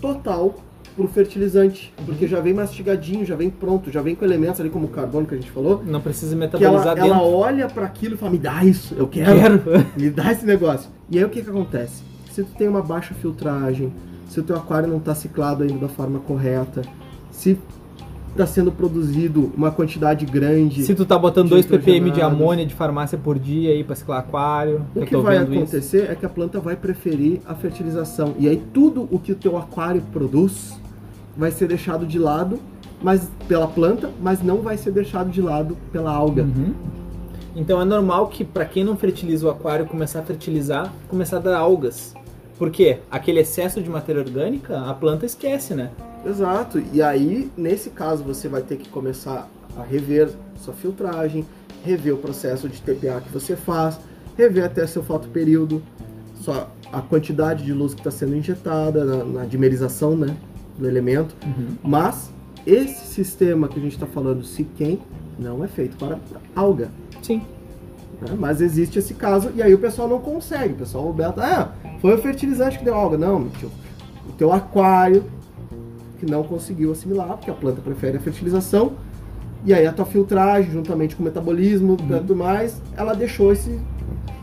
Speaker 2: total pro fertilizante, porque já vem mastigadinho, já vem pronto, já vem com elementos ali como o carbono que a gente falou.
Speaker 1: Não precisa
Speaker 2: Que ela,
Speaker 1: metabolizar
Speaker 2: ela
Speaker 1: Tá
Speaker 2: é
Speaker 1: dentro.
Speaker 2: olha para aquilo e fala, me dá isso, eu quero,
Speaker 1: Quero.
Speaker 2: me dá esse negócio. E aí o que, que acontece? Se tu tem uma baixa filtragem, se o teu aquário não está ciclado ainda da forma correta, se está sendo produzido uma quantidade grande,
Speaker 1: Se tu tá botando 2
Speaker 2: Nitrogenados.
Speaker 1: ppm de amônia de farmácia por dia aí pra ciclar aquário.
Speaker 2: O
Speaker 1: eu
Speaker 2: que
Speaker 1: tô
Speaker 2: vai
Speaker 1: vendo isso.
Speaker 2: acontecer é que a planta vai preferir a fertilização. E aí tudo o que o teu aquário produz vai ser deixado de lado mas pela planta, mas não vai ser deixado de lado pela alga.
Speaker 1: Uhum. Então é normal que pra quem não fertiliza o aquário começar a fertilizar, começar a dar algas. Por quê? Aquele excesso de matéria orgânica, a planta esquece, né?
Speaker 2: Exato. E aí, nesse caso, você vai ter que começar a rever sua filtragem, rever o processo de TPA que você faz, rever até seu fotoperíodo, sua, a quantidade de luz que está sendo injetada na, na dimerização né, do elemento. Mas esse sistema que a gente está falando, Siquem, não é feito para alga.
Speaker 1: Sim.
Speaker 2: né? Mas existe esse caso e aí o pessoal não consegue. O pessoal Roberto, ah, foi o fertilizante que deu alga. Não, meu tio, o teu aquário que não conseguiu assimilar, porque a planta prefere a fertilização. E aí a tua filtragem, juntamente com o metabolismo
Speaker 1: Uhum.
Speaker 2: e tudo mais, ela deixou esse.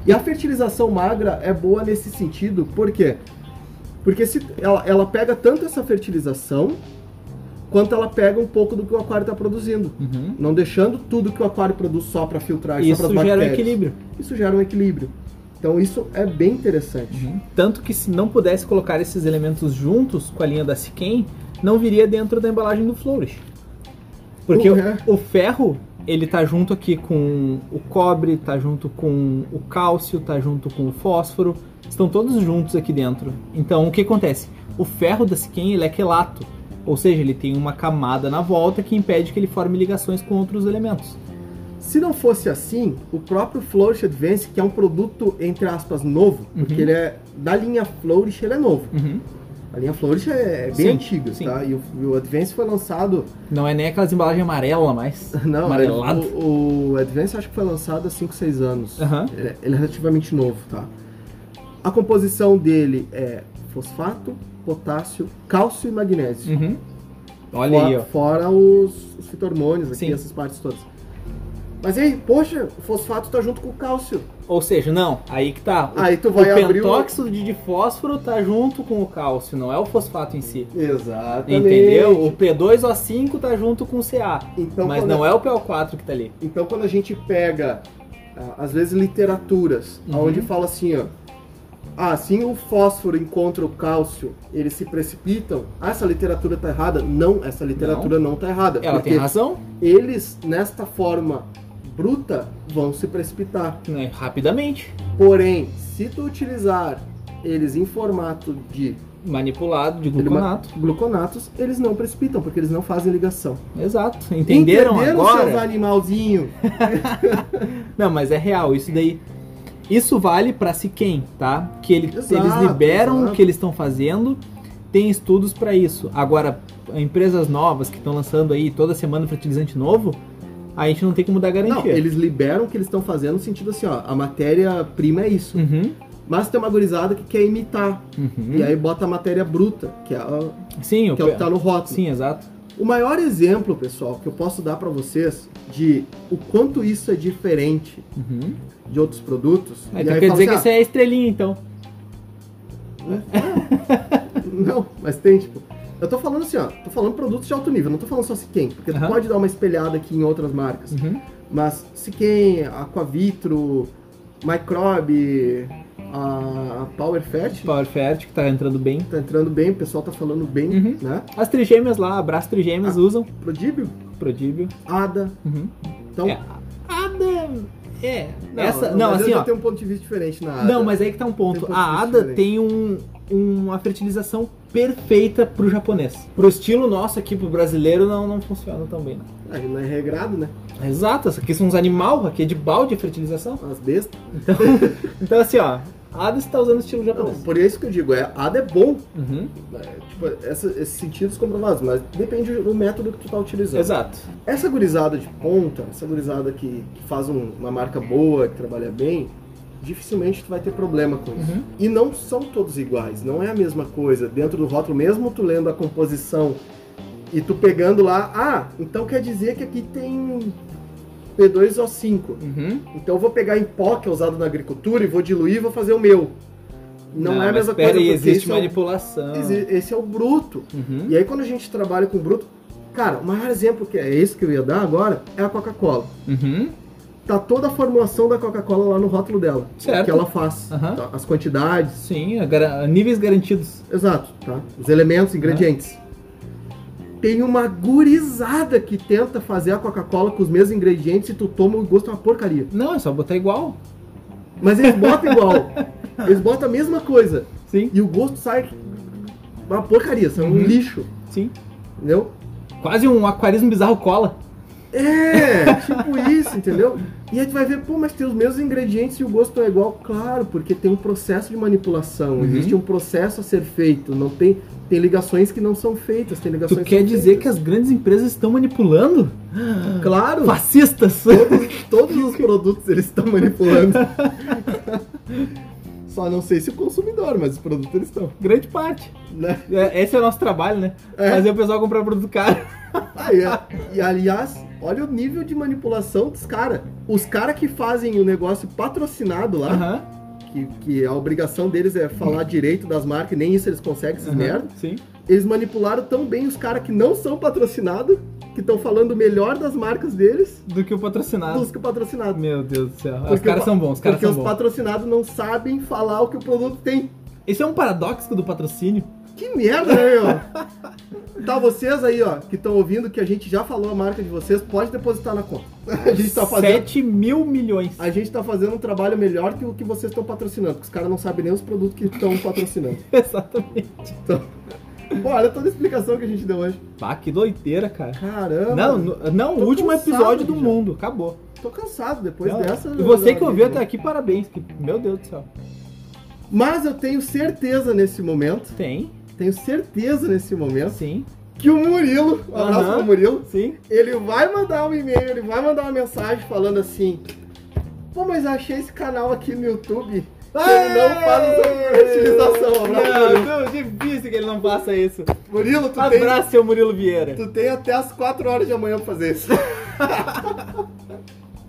Speaker 2: E a fertilização magra é boa nesse sentido, por quê? Porque se ela, ela pega tanto essa fertilização, quanto ela pega um pouco do que o aquário está produzindo. Não deixando tudo que o aquário produz só para filtragem, Uhum. só
Speaker 1: Isso
Speaker 2: para
Speaker 1: gera um
Speaker 2: bactérias.
Speaker 1: equilíbrio.
Speaker 2: Isso gera um equilíbrio. Então isso é bem
Speaker 1: Uhum.
Speaker 2: interessante.
Speaker 1: Tanto que se não pudesse colocar esses elementos juntos com a linha da Siquem, não viria dentro da embalagem do Flourish. Porque
Speaker 2: Uhum.
Speaker 1: o, o ferro, ele tá junto aqui com o cobre, tá junto com o cálcio, tá junto com o fósforo, estão todos juntos aqui dentro. Então o que acontece? O ferro da Siquem, ele é quelato, ou seja, ele tem uma camada na volta que impede que ele forme ligações com outros elementos.
Speaker 2: Se não fosse assim, o próprio Flourish Advance, que é um produto, entre aspas, novo, porque ele é da linha Flourish, ele é novo.
Speaker 1: Uhum.
Speaker 2: A linha Flourish é bem
Speaker 1: Sim,
Speaker 2: antiga,
Speaker 1: sim.
Speaker 2: tá? E o, e o Advance foi lançado.
Speaker 1: Não é nem aquelas embalagens amarelas mais.
Speaker 2: Não, é
Speaker 1: Amarelado.
Speaker 2: O, o Advance acho que foi lançado há 5, 6 anos.
Speaker 1: Aham.
Speaker 2: Ele, é- ele é relativamente novo, tá? A composição dele é fosfato, potássio, cálcio e magnésio.
Speaker 1: Uhum. Olha aí,
Speaker 2: fora,
Speaker 1: ó.
Speaker 2: fora os, os fitormônios aqui,
Speaker 1: Sim.
Speaker 2: essas partes todas. Mas e aí, poxa, o fosfato tá junto com o cálcio.
Speaker 1: Ou seja, não, aí que tá. O,
Speaker 2: Aí tu vai
Speaker 1: o
Speaker 2: abrir o-
Speaker 1: pentóxido de difósforo tá junto com o cálcio, não é o fosfato em si.
Speaker 2: Exatamente.
Speaker 1: Entendeu? O P2O5 tá junto com o CA.
Speaker 2: Então,
Speaker 1: mas
Speaker 2: quando
Speaker 1: não é o PO4 que tá ali.
Speaker 2: Então, quando a gente pega, ah, às vezes, literaturas,
Speaker 1: Uhum.
Speaker 2: onde fala assim, ó. Ah, assim o fósforo encontra o cálcio, eles se precipitam. Ah, essa literatura tá errada. Não, essa literatura não, tá errada.
Speaker 1: Ela
Speaker 2: porque
Speaker 1: tem razão,
Speaker 2: eles, nesta forma bruta, vão se precipitar.
Speaker 1: né? Rapidamente.
Speaker 2: Porém, se tu utilizar eles em formato de
Speaker 1: Manipulado de gluconato.
Speaker 2: gluconatos, eles não precipitam, porque eles não fazem ligação.
Speaker 1: Exato. Entenderam, agora?
Speaker 2: seus animalzinhos?
Speaker 1: Não, mas é real, isso daí. Isso vale pra se quem, tá? Que ele-
Speaker 2: Exato,
Speaker 1: eles liberam
Speaker 2: exato.
Speaker 1: o que eles estão fazendo, tem estudos pra isso. Agora, empresas novas que estão lançando aí toda semana fertilizante novo, a gente não tem como é dar garantia.
Speaker 2: Não, eles liberam o que eles estão fazendo no sentido assim, ó, a matéria-prima é isso.
Speaker 1: Uhum,
Speaker 2: Mas tem uma gurizada que quer imitar.
Speaker 1: uhum.
Speaker 2: E aí bota a matéria bruta, que é, a-
Speaker 1: Sim, o
Speaker 2: que é o que
Speaker 1: pe-
Speaker 2: tá no rótulo.
Speaker 1: Sim, exato.
Speaker 2: O maior exemplo, pessoal, que eu posso dar pra vocês de o quanto isso é diferente
Speaker 1: Uhum.
Speaker 2: de outros produtos.
Speaker 1: Aí
Speaker 2: e
Speaker 1: tu
Speaker 2: aí
Speaker 1: quer
Speaker 2: fala
Speaker 1: dizer que
Speaker 2: assim,
Speaker 1: isso é a estrelinha, então.
Speaker 2: "Ah, Não, mas tem, tipo. Eu tô falando assim, ó, tô falando produtos de alto nível, não tô falando só Siquem, porque tu
Speaker 1: Aham.
Speaker 2: pode dar uma espelhada aqui em outras marcas.
Speaker 1: Uhum.
Speaker 2: Mas Siquem, Aquavitro, Microbe, a Power Fat,
Speaker 1: Power Fert, que tá entrando bem.
Speaker 2: tá entrando bem, o pessoal tá falando bem,
Speaker 1: Uhum.
Speaker 2: né?
Speaker 1: As trigêmeas lá, abraço
Speaker 2: Ah.
Speaker 1: trigêmeas, usam.
Speaker 2: Prodíbio,
Speaker 1: Prodíbio.
Speaker 2: Ada.
Speaker 1: Uhum.
Speaker 2: Então,
Speaker 1: É. Ada. É. Essa. Não,
Speaker 2: mas
Speaker 1: assim,
Speaker 2: eu
Speaker 1: ó.
Speaker 2: já tenho um ponto de vista diferente na Ada.
Speaker 1: Não, mas aí que tá um ponto.
Speaker 2: Tem um
Speaker 1: a
Speaker 2: ponto
Speaker 1: Ada
Speaker 2: diferente.
Speaker 1: tem um, uma fertilização perfeita pro japonês. Pro estilo nosso aqui, pro brasileiro, não, não funciona tão bem. Não.
Speaker 2: Ah, ele não é regrado, né?
Speaker 1: Exato, isso aqui são uns animal, aqui é de balde a fertilização.
Speaker 2: As bestas.
Speaker 1: Então assim, ó, a Ada está usando o estilo
Speaker 2: Não,
Speaker 1: japonês.
Speaker 2: por isso que eu digo, é, Ada é bom.
Speaker 1: Uhum,
Speaker 2: né? Tipo, essa- esses sentidos comprovados, mas depende do método que tu tá utilizando.
Speaker 1: Exato.
Speaker 2: Essa gurizada de ponta, essa gurizada que, que faz um- uma marca boa, que trabalha bem, dificilmente tu vai ter problema com isso.
Speaker 1: Uhum.
Speaker 2: E não são todos iguais, não é a mesma coisa. Dentro do rótulo, mesmo tu lendo a composição e tu pegando lá, ah, então quer dizer que aqui tem P2O5.
Speaker 1: Uhum.
Speaker 2: Então eu vou pegar em pó, que é usado na agricultura, e vou diluir e vou fazer o meu. Não, é a
Speaker 1: Ah, mas
Speaker 2: mesma
Speaker 1: pera
Speaker 2: coisa,
Speaker 1: aí, existe
Speaker 2: porque
Speaker 1: Ah.
Speaker 2: esse é o-
Speaker 1: manipulação.
Speaker 2: esse- esse é o bruto.
Speaker 1: Uhum.
Speaker 2: E aí quando a gente trabalha com bruto, cara, o maior exemplo que é esse que eu ia dar agora é a Coca-Cola.
Speaker 1: Uhum.
Speaker 2: Tá toda a formulação da Coca-Cola lá no rótulo dela.
Speaker 1: Certo.
Speaker 2: O que ela faz.
Speaker 1: Aham.
Speaker 2: tá? As quantidades.
Speaker 1: Sim, a gara- níveis garantidos.
Speaker 2: Exato, tá? Os elementos, ingredientes. Tem uma gurizada que tenta fazer a Coca-Cola com os mesmos ingredientes e tu toma o gosto é uma porcaria.
Speaker 1: Não, é só botar igual.
Speaker 2: Mas eles botam igual. Eles botam a mesma coisa.
Speaker 1: Sim,
Speaker 2: E o gosto sai uma porcaria, sai
Speaker 1: Uhum.
Speaker 2: um lixo.
Speaker 1: sim.
Speaker 2: Entendeu?
Speaker 1: Quase um aquarismo bizarro cola.
Speaker 2: É, tipo isso, entendeu? E aí tu vai ver, pô, mas tem os mesmos ingredientes e o gosto não é igual. Claro, porque tem um processo de manipulação,
Speaker 1: Uhum.
Speaker 2: existe um processo a ser feito, não tem, tem ligações que não são feitas, tem
Speaker 1: Tu
Speaker 2: ligações
Speaker 1: quer dizer que as grandes empresas estão manipulando?
Speaker 2: que... Claro,
Speaker 1: Fascistas!
Speaker 2: todos, todos os produtos eles estão manipulando. Só não sei se o consumidor, mas os produtos eles estão,
Speaker 1: Grande parte.
Speaker 2: né?
Speaker 1: É, Esse é o nosso trabalho, né?
Speaker 2: É.
Speaker 1: Fazer o pessoal comprar produto caro.
Speaker 2: Ah, e, a- e aliás, olha o nível de manipulação dos caras. Os caras que fazem o negócio patrocinado lá...
Speaker 1: Aham.
Speaker 2: que, que a obrigação deles é falar direito das marcas, e nem isso eles conseguem, esses
Speaker 1: aham,
Speaker 2: é merda.
Speaker 1: Sim.
Speaker 2: Eles manipularam tão bem os caras que não são patrocinados, que estão falando melhor das marcas deles
Speaker 1: Do que o patrocinado.
Speaker 2: dos que patrocinados.
Speaker 1: Meu Deus do céu. os
Speaker 2: Porque
Speaker 1: caras
Speaker 2: o-
Speaker 1: são bons, Ah. os caras são
Speaker 2: Porque os
Speaker 1: bons.
Speaker 2: patrocinados não sabem falar o que o produto tem.
Speaker 1: Esse é um paradoxo do patrocínio.
Speaker 2: Que merda, né, ó? Tá, vocês aí, ó, que estão ouvindo que a gente já falou a marca de vocês, pode depositar na conta. A gente tá fazendo.
Speaker 1: 7 mil milhões.
Speaker 2: A gente tá fazendo um trabalho melhor que o que vocês estão patrocinando, porque os caras não sabem nem os produtos que estão patrocinando.
Speaker 1: Exatamente.
Speaker 2: Pô, olha toda a explicação que a gente deu hoje.
Speaker 1: Bah, que doideira, cara.
Speaker 2: Caramba!
Speaker 1: Não, no- não,
Speaker 2: Tô
Speaker 1: o último
Speaker 2: cansado
Speaker 1: episódio do
Speaker 2: já.
Speaker 1: mundo. Acabou.
Speaker 2: tô cansado depois
Speaker 1: Não,
Speaker 2: dessa. né?
Speaker 1: E você que
Speaker 2: eu-
Speaker 1: ouviu até aqui, parabéns. que- meu Deus do céu.
Speaker 2: Mas eu tenho certeza nesse momento,
Speaker 1: Tem,
Speaker 2: tenho certeza nesse momento,
Speaker 1: sim,
Speaker 2: que o Murilo, um abraço
Speaker 1: Aham.
Speaker 2: pro Murilo,
Speaker 1: sim.
Speaker 2: ele vai mandar um e-mail, ele vai mandar uma mensagem falando assim. Pô, mas eu achei esse canal aqui no YouTube. que Ele não faz essa fertilização. Abraço, Murilo.
Speaker 1: Não, não, difícil que ele não faça isso.
Speaker 2: Murilo, tu tem,
Speaker 1: Abraço, seu Murilo Vieira.
Speaker 2: tu tem até as 4 horas da manhã pra fazer isso.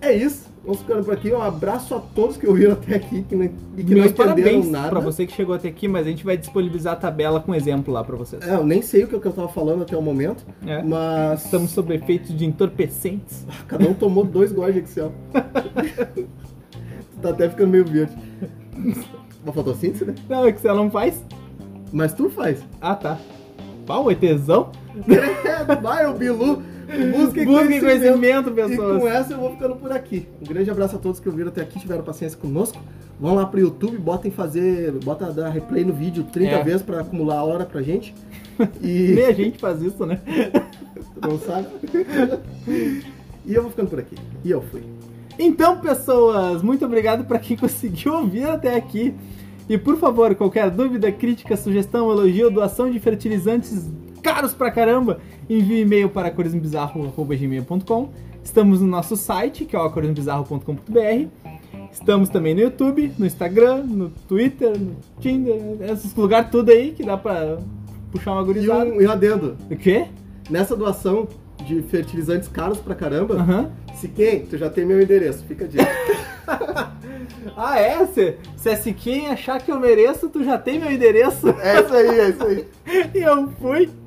Speaker 2: é isso. Vamos ficando por aqui. Um abraço a todos que ouviram até aqui que não, e que não
Speaker 1: Meus
Speaker 2: entenderam
Speaker 1: parabéns
Speaker 2: nada.
Speaker 1: pra você que chegou até aqui, mas a gente vai disponibilizar a tabela com exemplo lá pra vocês.
Speaker 2: É, eu nem sei o que eu que eu tava falando até o momento,
Speaker 1: É.
Speaker 2: mas
Speaker 1: Estamos sob efeito de entorpecentes.
Speaker 2: cada um tomou dois goles de Excel. tu tá até ficando meio verde. Uma fotossíntese, né?
Speaker 1: Não, o Excel não faz.
Speaker 2: Mas tu faz.
Speaker 1: Ah, tá. Pau, é tesão.
Speaker 2: Vai, o Bilu. Busca e
Speaker 1: Busquem conhecimento,
Speaker 2: E com
Speaker 1: pessoas.
Speaker 2: essa eu vou ficando por aqui. Um grande abraço a todos que ouviram até aqui, tiveram paciência conosco. Vão lá pro YouTube, botem fazer, bota dar replay no vídeo 30
Speaker 1: É.
Speaker 2: vezes pra acumular a hora pra gente. E
Speaker 1: Nem a gente faz isso, né?
Speaker 2: tu não sabe. e eu vou ficando por aqui. E um eu fui.
Speaker 1: Então, pessoas, muito obrigado para quem conseguiu ouvir até aqui. E por favor, qualquer dúvida, crítica, sugestão, elogio, doação de fertilizantes caros pra caramba, envie e-mail para corizombizarro.gmail.com. Estamos no nosso site, que é o acorismbizarro.com.br. Estamos também no YouTube, no Instagram, no Twitter, no Tinder, esses lugares tudo aí que dá pra puxar uma
Speaker 2: E
Speaker 1: gurizada.
Speaker 2: um, e um adendo.
Speaker 1: O quê?
Speaker 2: Nessa doação de fertilizantes caros pra caramba,
Speaker 1: Aham.
Speaker 2: se quem, tu já tem meu endereço, fica a dica.
Speaker 1: Ah, é? Se, se esse quem achar que eu mereço, tu já tem meu endereço.
Speaker 2: é isso aí, é isso aí.
Speaker 1: E eu fui.